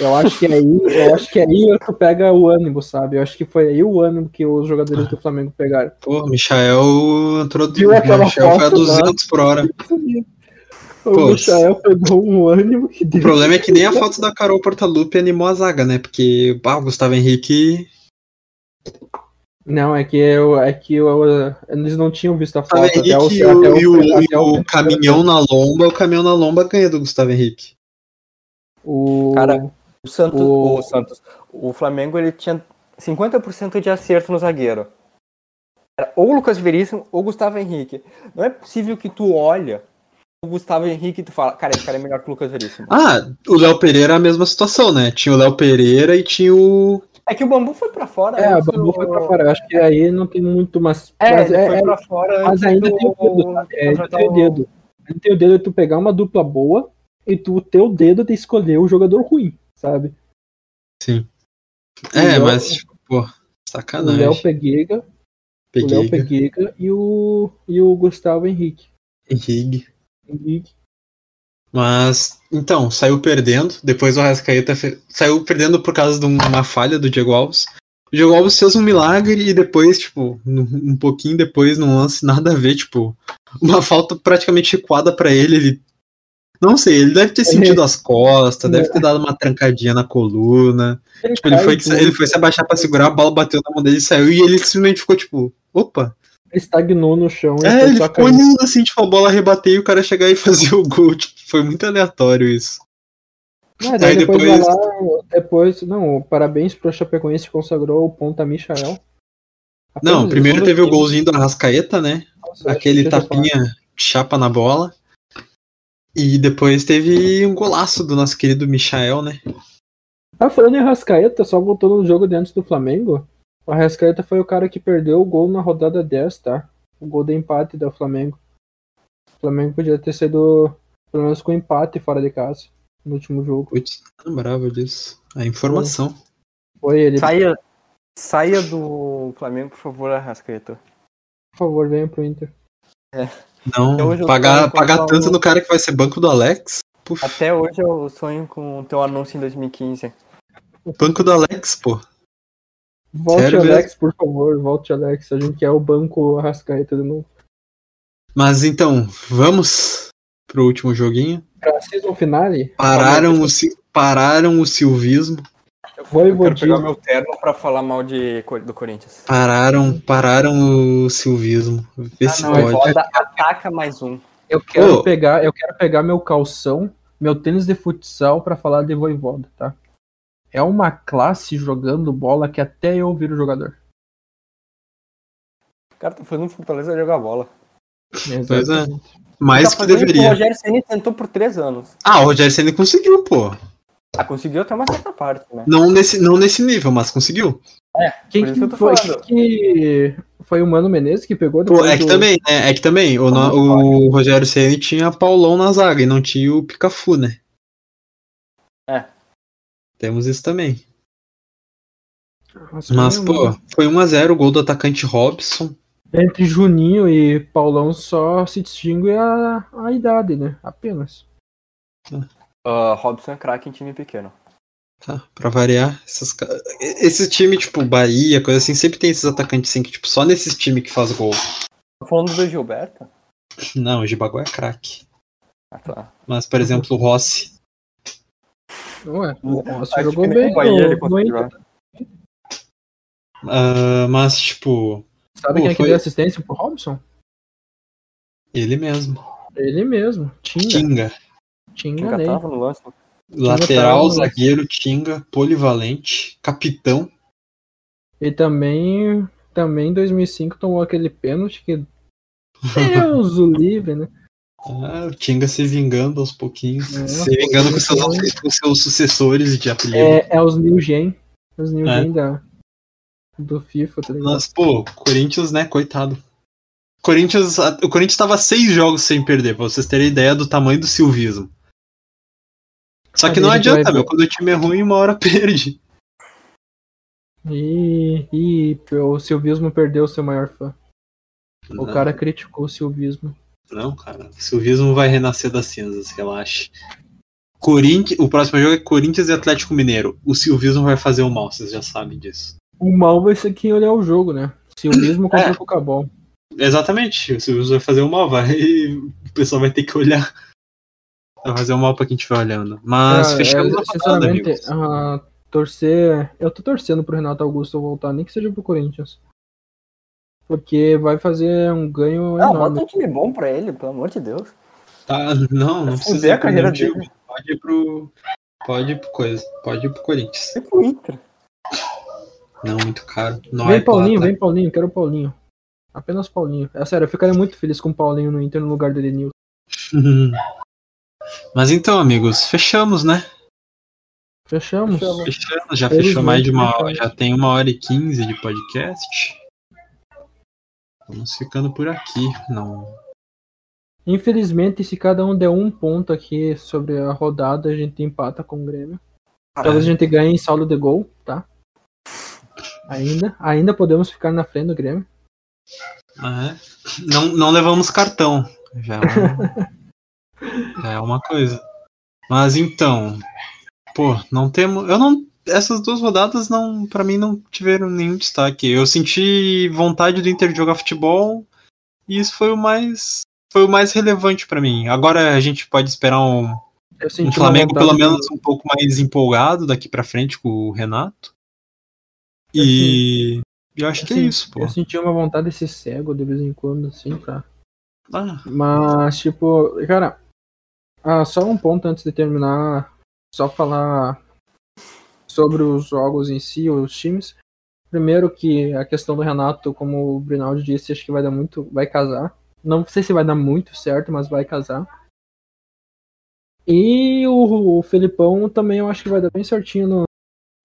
C: eu acho que aí, eu acho que aí tu pega o ânimo, sabe? Eu acho que foi aí o ânimo que os jogadores do Flamengo pegaram.
B: Pô, o Michael entrou do
C: Viu aquela
B: Michael foi a
C: foto lá?
B: 200 por hora.
C: O
B: Pô,
C: Michael pegou um ânimo que
B: O
C: deu.
B: problema é que nem a foto da Carol Portalupe animou a zaga, né? Porque bah, o Gustavo Henrique.
C: Não, é que eu, é que eu, eles não tinham visto a
B: Gustavo
C: foto até o,
B: Henrique e
C: até
B: o, e o-
C: até
B: e o caminhão na lomba, o caminhão na lomba ganha do Gustavo Henrique.
C: o-
D: Cara, O Santos,
C: O-
D: o... Santos, o Flamengo ele tinha 50% de acerto no zagueiro. Era ou Lucas Veríssimo ou Gustavo Henrique. Não é possível que tu olha o Gustavo Henrique e tu fala, cara, esse cara é melhor que o Lucas Veríssimo.
B: Ah, o Léo Pereira é a mesma situação, né? Tinha o Léo Pereira e tinha o.
D: É que o Bambu foi pra fora.
C: É, o
D: antes
C: Bambu
D: do-
C: foi pra fora. Eu acho que aí não tem muito, mas.
D: É,
C: mas
D: ele
C: é-
D: foi
C: é-
D: pra fora.
C: Mas
D: antes
C: ainda
D: do-
C: tem o dedo, sabe? É, ainda
D: contratar
C: tem o dedo. Ainda tem o dedo de tu pegar uma dupla boa e tu, o teu dedo de escolher o jogador ruim, sabe? O
B: É,
C: Léo-
B: mas, tipo, pô,
C: O Léo
B: sacanagem.
C: Peguega, o
B: Peguei.
C: Léo Peguega e o, e o Gustavo Henrique.
B: Henrique.
C: Henrique.
B: Mas, então, saiu perdendo. Depois o Arrascaeta fe- saiu perdendo por causa de uma falha do Diego Alves. O Diego Alves fez um milagre e depois, tipo, num- um pouquinho depois, num lance nada a ver, tipo, uma falta praticamente recuada pra ele. Ele. Não sei, ele deve ter sentido as costas, deve ter dado uma trancadinha na coluna. Tipo, ele
C: cai
B: foi,
C: tudo,
B: ele foi se abaixar pra segurar, a bola bateu na mão dele e saiu. E ele simplesmente ficou tipo, opa.
C: estagnou no chão e
B: É,
C: foi
B: ele
C: só
B: ficou
C: caindo.
B: olhando assim, tipo, a bola rebater e o cara chegar e fazer o gol. Tipo, foi muito aleatório isso.
C: Ah, daí
B: Aí
C: depois, vai
B: depois-
C: lá, depois. Não, parabéns pro Chapecoense que consagrou o ponta Michael. Apenas
B: Não,
C: isso.
B: primeiro
C: Quando
B: teve o
C: time-
B: golzinho do Arrascaeta, né?
C: Nossa,
B: Aquele
C: deixa eu falar.
B: tapinha chapa na bola. E depois teve um golaço do nosso querido Michael, né?
C: Ah, falando em Rascaeta, só voltando no jogo de antes do Flamengo, o Rascaeta foi o cara que perdeu o gol na rodada 10, tá? O gol de empate do Flamengo. O Flamengo podia ter sido, pelo menos, com empate fora de casa no último jogo.
B: Putz, não lembrava disso. A informação.
C: Foi ele.
D: Saia, saia do Flamengo, por favor, Arrascaeta.
C: Por favor, venha pro Inter.
B: Não,
D: Então hoje eu
B: pagar,
D: tava com
B: pagar
D: o-
B: tanto no cara que vai ser banco do Alex. Puf,
D: Até hoje eu sonho com o teu anúncio em 2015.
B: banco do Alex, pô.
C: Volte,
B: Sério mesmo?
C: Alex, por favor. Volte, Alex. A gente quer o banco Arrascaeta de novo.
B: Mas então, vamos pro último joguinho.
C: Pra season finale,
B: Pararam o, si- pararam o silvismo,
C: Vou
D: Eu quero pegar
C: Voivodismo.
D: meu terno pra falar mal de, Cor- do Corinthians.
B: pararam, pararam o silvismo. Vê se
D: não, é
B: pode.
D: foda, ataca mais um.
C: Eu quero
B: Ô.
C: pegar, eu quero pegar meu calção, meu tênis de futsal pra falar de voivoda, tá? É uma classe jogando bola que até eu viro jogador.
D: O cara tá fazendo Fortaleza jogar bola.
B: Pois é.
C: Exatamente.
B: Mais
D: tá
B: que
D: fazendo o O
B: deveria.
D: Rogério Ceni tentou por três anos.
B: Ah, o Rogério Senna conseguiu, pô.
D: Ah, conseguiu até uma certa parte, né?
B: Não nesse, não nesse nível, mas conseguiu. é.
C: Quem
D: Por isso que eu tô
C: que foi
D: falando.
C: que foi o Mano Menezes que pegou
B: Pô,
C: depois
B: é que
C: do-
B: também, né? É que também. O, no- o Rogério Senna tinha Paulão na zaga e não tinha o Picafu, né?
D: É.
B: Temos isso também.
C: Nossa,
B: Mas,
C: foi um-
B: pô, foi 1x0 o gol do atacante Robson.
C: Entre Juninho e Paulão só se distingue a, a idade, né? Apenas.
D: Ah, Robson é craque em time pequeno.
B: Tá, pra variar. Essas... ca- Esse time, tipo, Bahia, coisa assim, sempre tem esses atacantes assim que, tipo, só nesses times que faz gol.
D: Tá falando do Gilberto?
B: Não, o Gibagô é craque.
D: Ah, tá.
B: Mas, por exemplo, o Rossi.
C: Ué, o Rossi
D: Acho
C: é? jogou
D: que nem
C: bem.
D: com o Bahia ele
C: No, no
D: conseguiu
C: Inter.
D: jogar.
B: Ah, mas, tipo,
C: Sabe
B: Pô,
C: quem é que
B: foi-
C: deu assistência pro Robson?
B: ele mesmo.
C: Ele mesmo. Tinga.
B: Tinga.
C: Tinga,
D: Quem
C: né, Ney.
D: tava no lance?
B: Lateral,
C: tava no-
B: zagueiro, Tinga, polivalente, capitão.
C: E também, também em 2005 tomou aquele pênalti que Deus o livre, né?
B: Ah, o Tinga se vingando aos pouquinhos.
C: É,
B: se vingando com
C: muito
B: seus,
C: bom.
B: com seus sucessores de apelido.
C: É, é os New Gen, os New
B: É.
C: Gen da, do FIFA, tá ligado?
B: Mas, pô, Corinthians, né, coitado. Corinthians, a- o Corinthians tava seis jogos sem perder, pra vocês terem ideia do tamanho do silvismo. Só que
C: Aí
B: não
C: a gente
B: adianta,
C: vai-
B: meu. Quando o time é ruim, uma hora perde.
C: E, e o Silvismo perdeu seu maior fã. O
B: não,
C: cara criticou o Silvismo.
B: não, cara. O silvismo vai renascer das cinzas, relaxe. Corinthians, o próximo jogo é Corinthians e Atlético Mineiro. O silvismo vai fazer o mal, vocês já sabem disso.
C: O mal vai ser quem olhar o jogo, né? Silvismo contra
B: É.
C: o Cocabol.
B: Exatamente, o silvismo vai fazer o mal, vai. O pessoal vai ter que olhar. Vai fazer o mal pra quem estiver olhando. Mas
C: Cara,
B: Ah, fechamos
C: é,
B: a rodada,
C: sinceramente,
B: amigos.
C: ah, torcer. Eu tô torcendo pro Renato Augusto voltar, nem que seja pro Corinthians. Porque vai fazer um ganho
D: Ah,
C: enorme.
D: bota um time bom pra ele, pelo amor de Deus.
B: Tá, não, não
D: Vai
B: precisa
D: fuder a
B: ir pro
D: carreira
B: Grêmio,
D: dele.
B: Pode ir pro. Pode ir pro coisa. Pode ir pro Corinthians.
D: E é pro Inter.
B: Não, muito caro. Não é
C: Vem Paulinho,
B: plata.
C: vem Paulinho, quero Paulinho. Apenas Paulinho. É sério, eu ficaria muito feliz com o Paulinho no Inter no lugar do Edenilson.
B: Mas então, amigos, fechamos, né?
C: Fechamos.
D: Fechamos.
B: Fechamos, já
C: Felizmente,
B: fechou mais de uma hora.
C: fechamos.
B: Já tem uma hora e quinze de podcast. Vamos ficando por aqui. Não.
C: Infelizmente, se cada um der um ponto aqui sobre a rodada, a gente empata com o Grêmio. Talvez a gente ganhe em saldo de gol, tá? Ainda. Ainda podemos ficar na frente do Grêmio.
B: Ah, é. não, não levamos cartão. Já é, uma... já é uma coisa. Mas então, pô, não temos. Eu não. Essas duas rodadas não, para mim, não tiveram nenhum destaque. Eu senti vontade do Inter de jogar futebol e isso foi o mais, foi o mais relevante pra mim. Agora a gente pode esperar um,
C: Eu
B: um
C: senti uma
B: Flamengo
C: vontade
B: pelo
C: de-
B: menos um pouco mais empolgado daqui pra frente com o Renato. E eu acho que é
C: Assim,
B: isso, pô.
C: Eu senti uma vontade de ser cego de vez em quando, assim, pra
B: Ah,
C: Mas, tipo, cara, ah, só um ponto antes de terminar, só falar sobre os jogos em si, os times. Primeiro que a questão do Renato, como o Brinaldi disse, acho que vai dar muito, vai casar. Não sei se vai dar muito certo, mas vai casar. E o, o Felipão também eu acho que vai dar bem certinho no,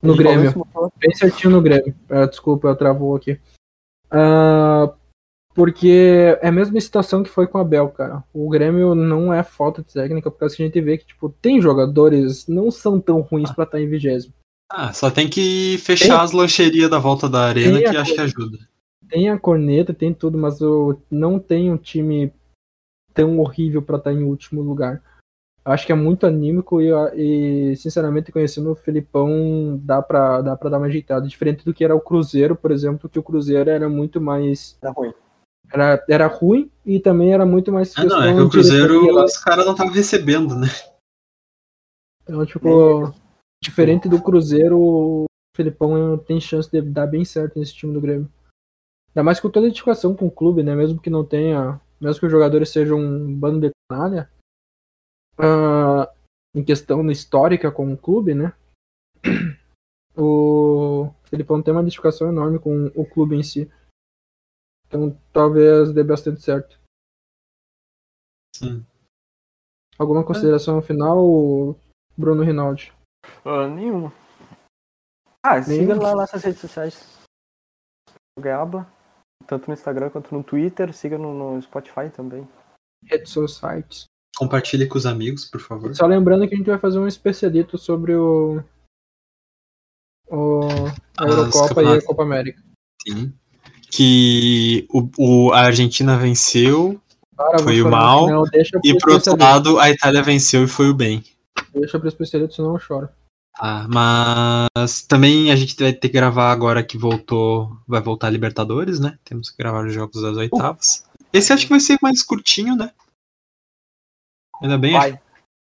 C: no Grêmio. Bem certinho no Grêmio. Ah, desculpa, eu travou aqui. Ah, porque é a mesma situação que foi com a Bel, cara. O Grêmio não é falta de técnica, por causa que a gente vê que, tipo, tem jogadores não são tão ruins pra estar em vigésimo.
B: Ah, só tem que fechar
C: Tem.
B: as lancherias da volta da arena,
C: Tem a
B: que acho que
C: coisa.
B: ajuda.
C: Tem a corneta, tem tudo, mas eu não tem um time tão horrível pra estar em último lugar. Acho que é muito anímico e, e, sinceramente, conhecendo o Felipão, dá pra, dá pra dar uma ajeitada. Diferente do que era o Cruzeiro, por exemplo, que o Cruzeiro era muito mais.
D: Tá ruim.
C: Era, era ruim e também era muito mais.
B: Ah, não, é
C: questão
B: que o
C: um de diretoria
B: Cruzeiro,
C: lá.
B: os caras não estavam recebendo, né?
C: Então, tipo, diferente do Cruzeiro, o Felipão eh, tem chance de dar bem certo nesse time do Grêmio. Ainda mais com toda a dedicação com o clube, né? Mesmo que não tenha. Mesmo que os jogadores sejam um bando de canalha. ah, em questão histórica com o clube, né? O Felipão tem uma identificação enorme com o clube em si. Então talvez dê bastante certo.
B: Sim.
C: Alguma consideração final, Bruno Rinaldi?
D: Ah, nenhuma. Ah, siga
C: um.
D: lá nossas redes sociais. Gaba. Tanto no Instagram quanto no Twitter. Siga no, no Spotify também.
C: redes sociais.
B: Compartilhe com os amigos, por favor.
C: Só lembrando que a gente vai fazer um especialito sobre o, o é a
B: Ah, os
C: Eurocopa e a
B: campeonatos.
C: Copa América.
B: Sim. Que o, o- a Argentina venceu,
C: Cara,
B: Foi o
C: vou chorar no
B: mal,
C: final, deixa pro
B: e pro outro
C: especialito,
B: lado, a Itália venceu e foi o bem.
C: Deixa pro especialito, senão eu choro.
B: Ah, mas também a gente vai ter que gravar agora que voltou, vai voltar a Libertadores, né? Temos que gravar os jogos das oitavas. Esse acho que vai ser mais curtinho, né? Ainda bem,
D: Vai.
C: Vai,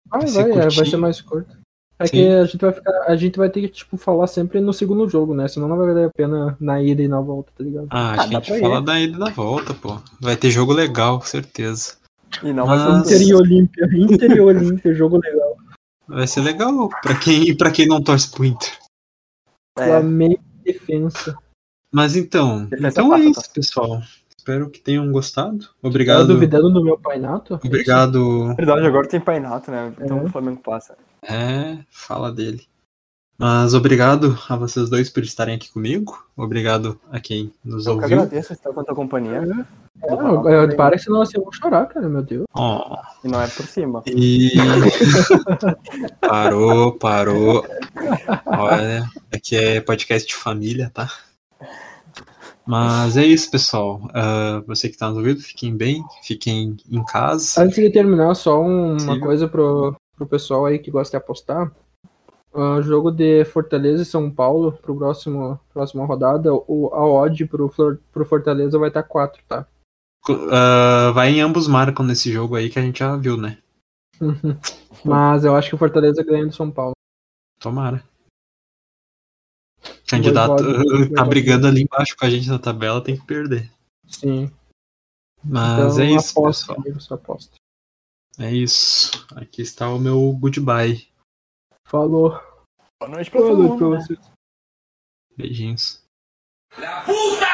B: Vai
C: vai,
B: ser
C: é, vai
B: curtinho.
C: ser mais curto. É
B: Sim.
C: que a gente vai ficar, a gente vai ter que tipo falar sempre no segundo jogo, né? Senão não vai valer a pena na ida e na volta, tá ligado?
B: Ah,
D: Ah,
B: a
D: dá
B: gente
D: pra ir.
B: fala da ida e da volta, pô. Vai ter jogo legal, certeza.
D: E não vai ser um
B: Mas-
C: Inter e Olímpia, Inter e Olímpia, jogo legal.
B: Vai ser legal pra quem, e pra quem não torce pro Inter.
D: É,
C: Flamengo e defensa.
B: Mas então,
D: Defesa
B: então é
D: passa, tá?
B: isso, pessoal. Espero que tenham gostado.
C: Tá
B: Obrigado.
C: duvidando do meu painato?
B: Obrigado.
D: verdade, agora tem painato, né? Então
C: É.
D: o Flamengo passa.
B: É, fala dele. Mas obrigado a vocês dois por estarem aqui comigo. Obrigado a quem nos
D: Eu que
B: ouviu.
D: agradeço estar com a tua companhia.
C: É, eu- eu- para que senão assim eu vou chorar, cara, meu Deus.
B: Ó,
D: E não é por cima.
B: e. parou, parou. Olha, aqui é podcast de família, tá? Mas é isso, pessoal. Ah, você que tá nos ouvindo, fiquem bem, fiquem em casa.
C: Antes de terminar, só um- uma
B: Sim.
C: coisa pro, pro pessoal aí que gosta de apostar. O jogo de Fortaleza e São Paulo pro próximo próxima rodada, o, a odd pro, Flor- pro Fortaleza vai estar 4, tá?
B: Ah, vai em ambos marcam nesse jogo aí que a gente já viu, né?
C: Mas eu acho que o Fortaleza ganha do São Paulo.
B: Tomara. Candidato
C: Voivode.
B: tá brigando ali embaixo com a gente na tabela, tem que perder.
C: Sim.
B: Mas
C: Então,
B: é isso,
C: aposta,
B: pessoal.
C: amigos, aposta.
B: É isso. Aqui está o meu goodbye.
C: Falou.
D: Boa noite pra todo
C: Falou
D: mundo.
C: pra
D: né?
C: vocês.
B: Beijinhos.
A: ¡La puta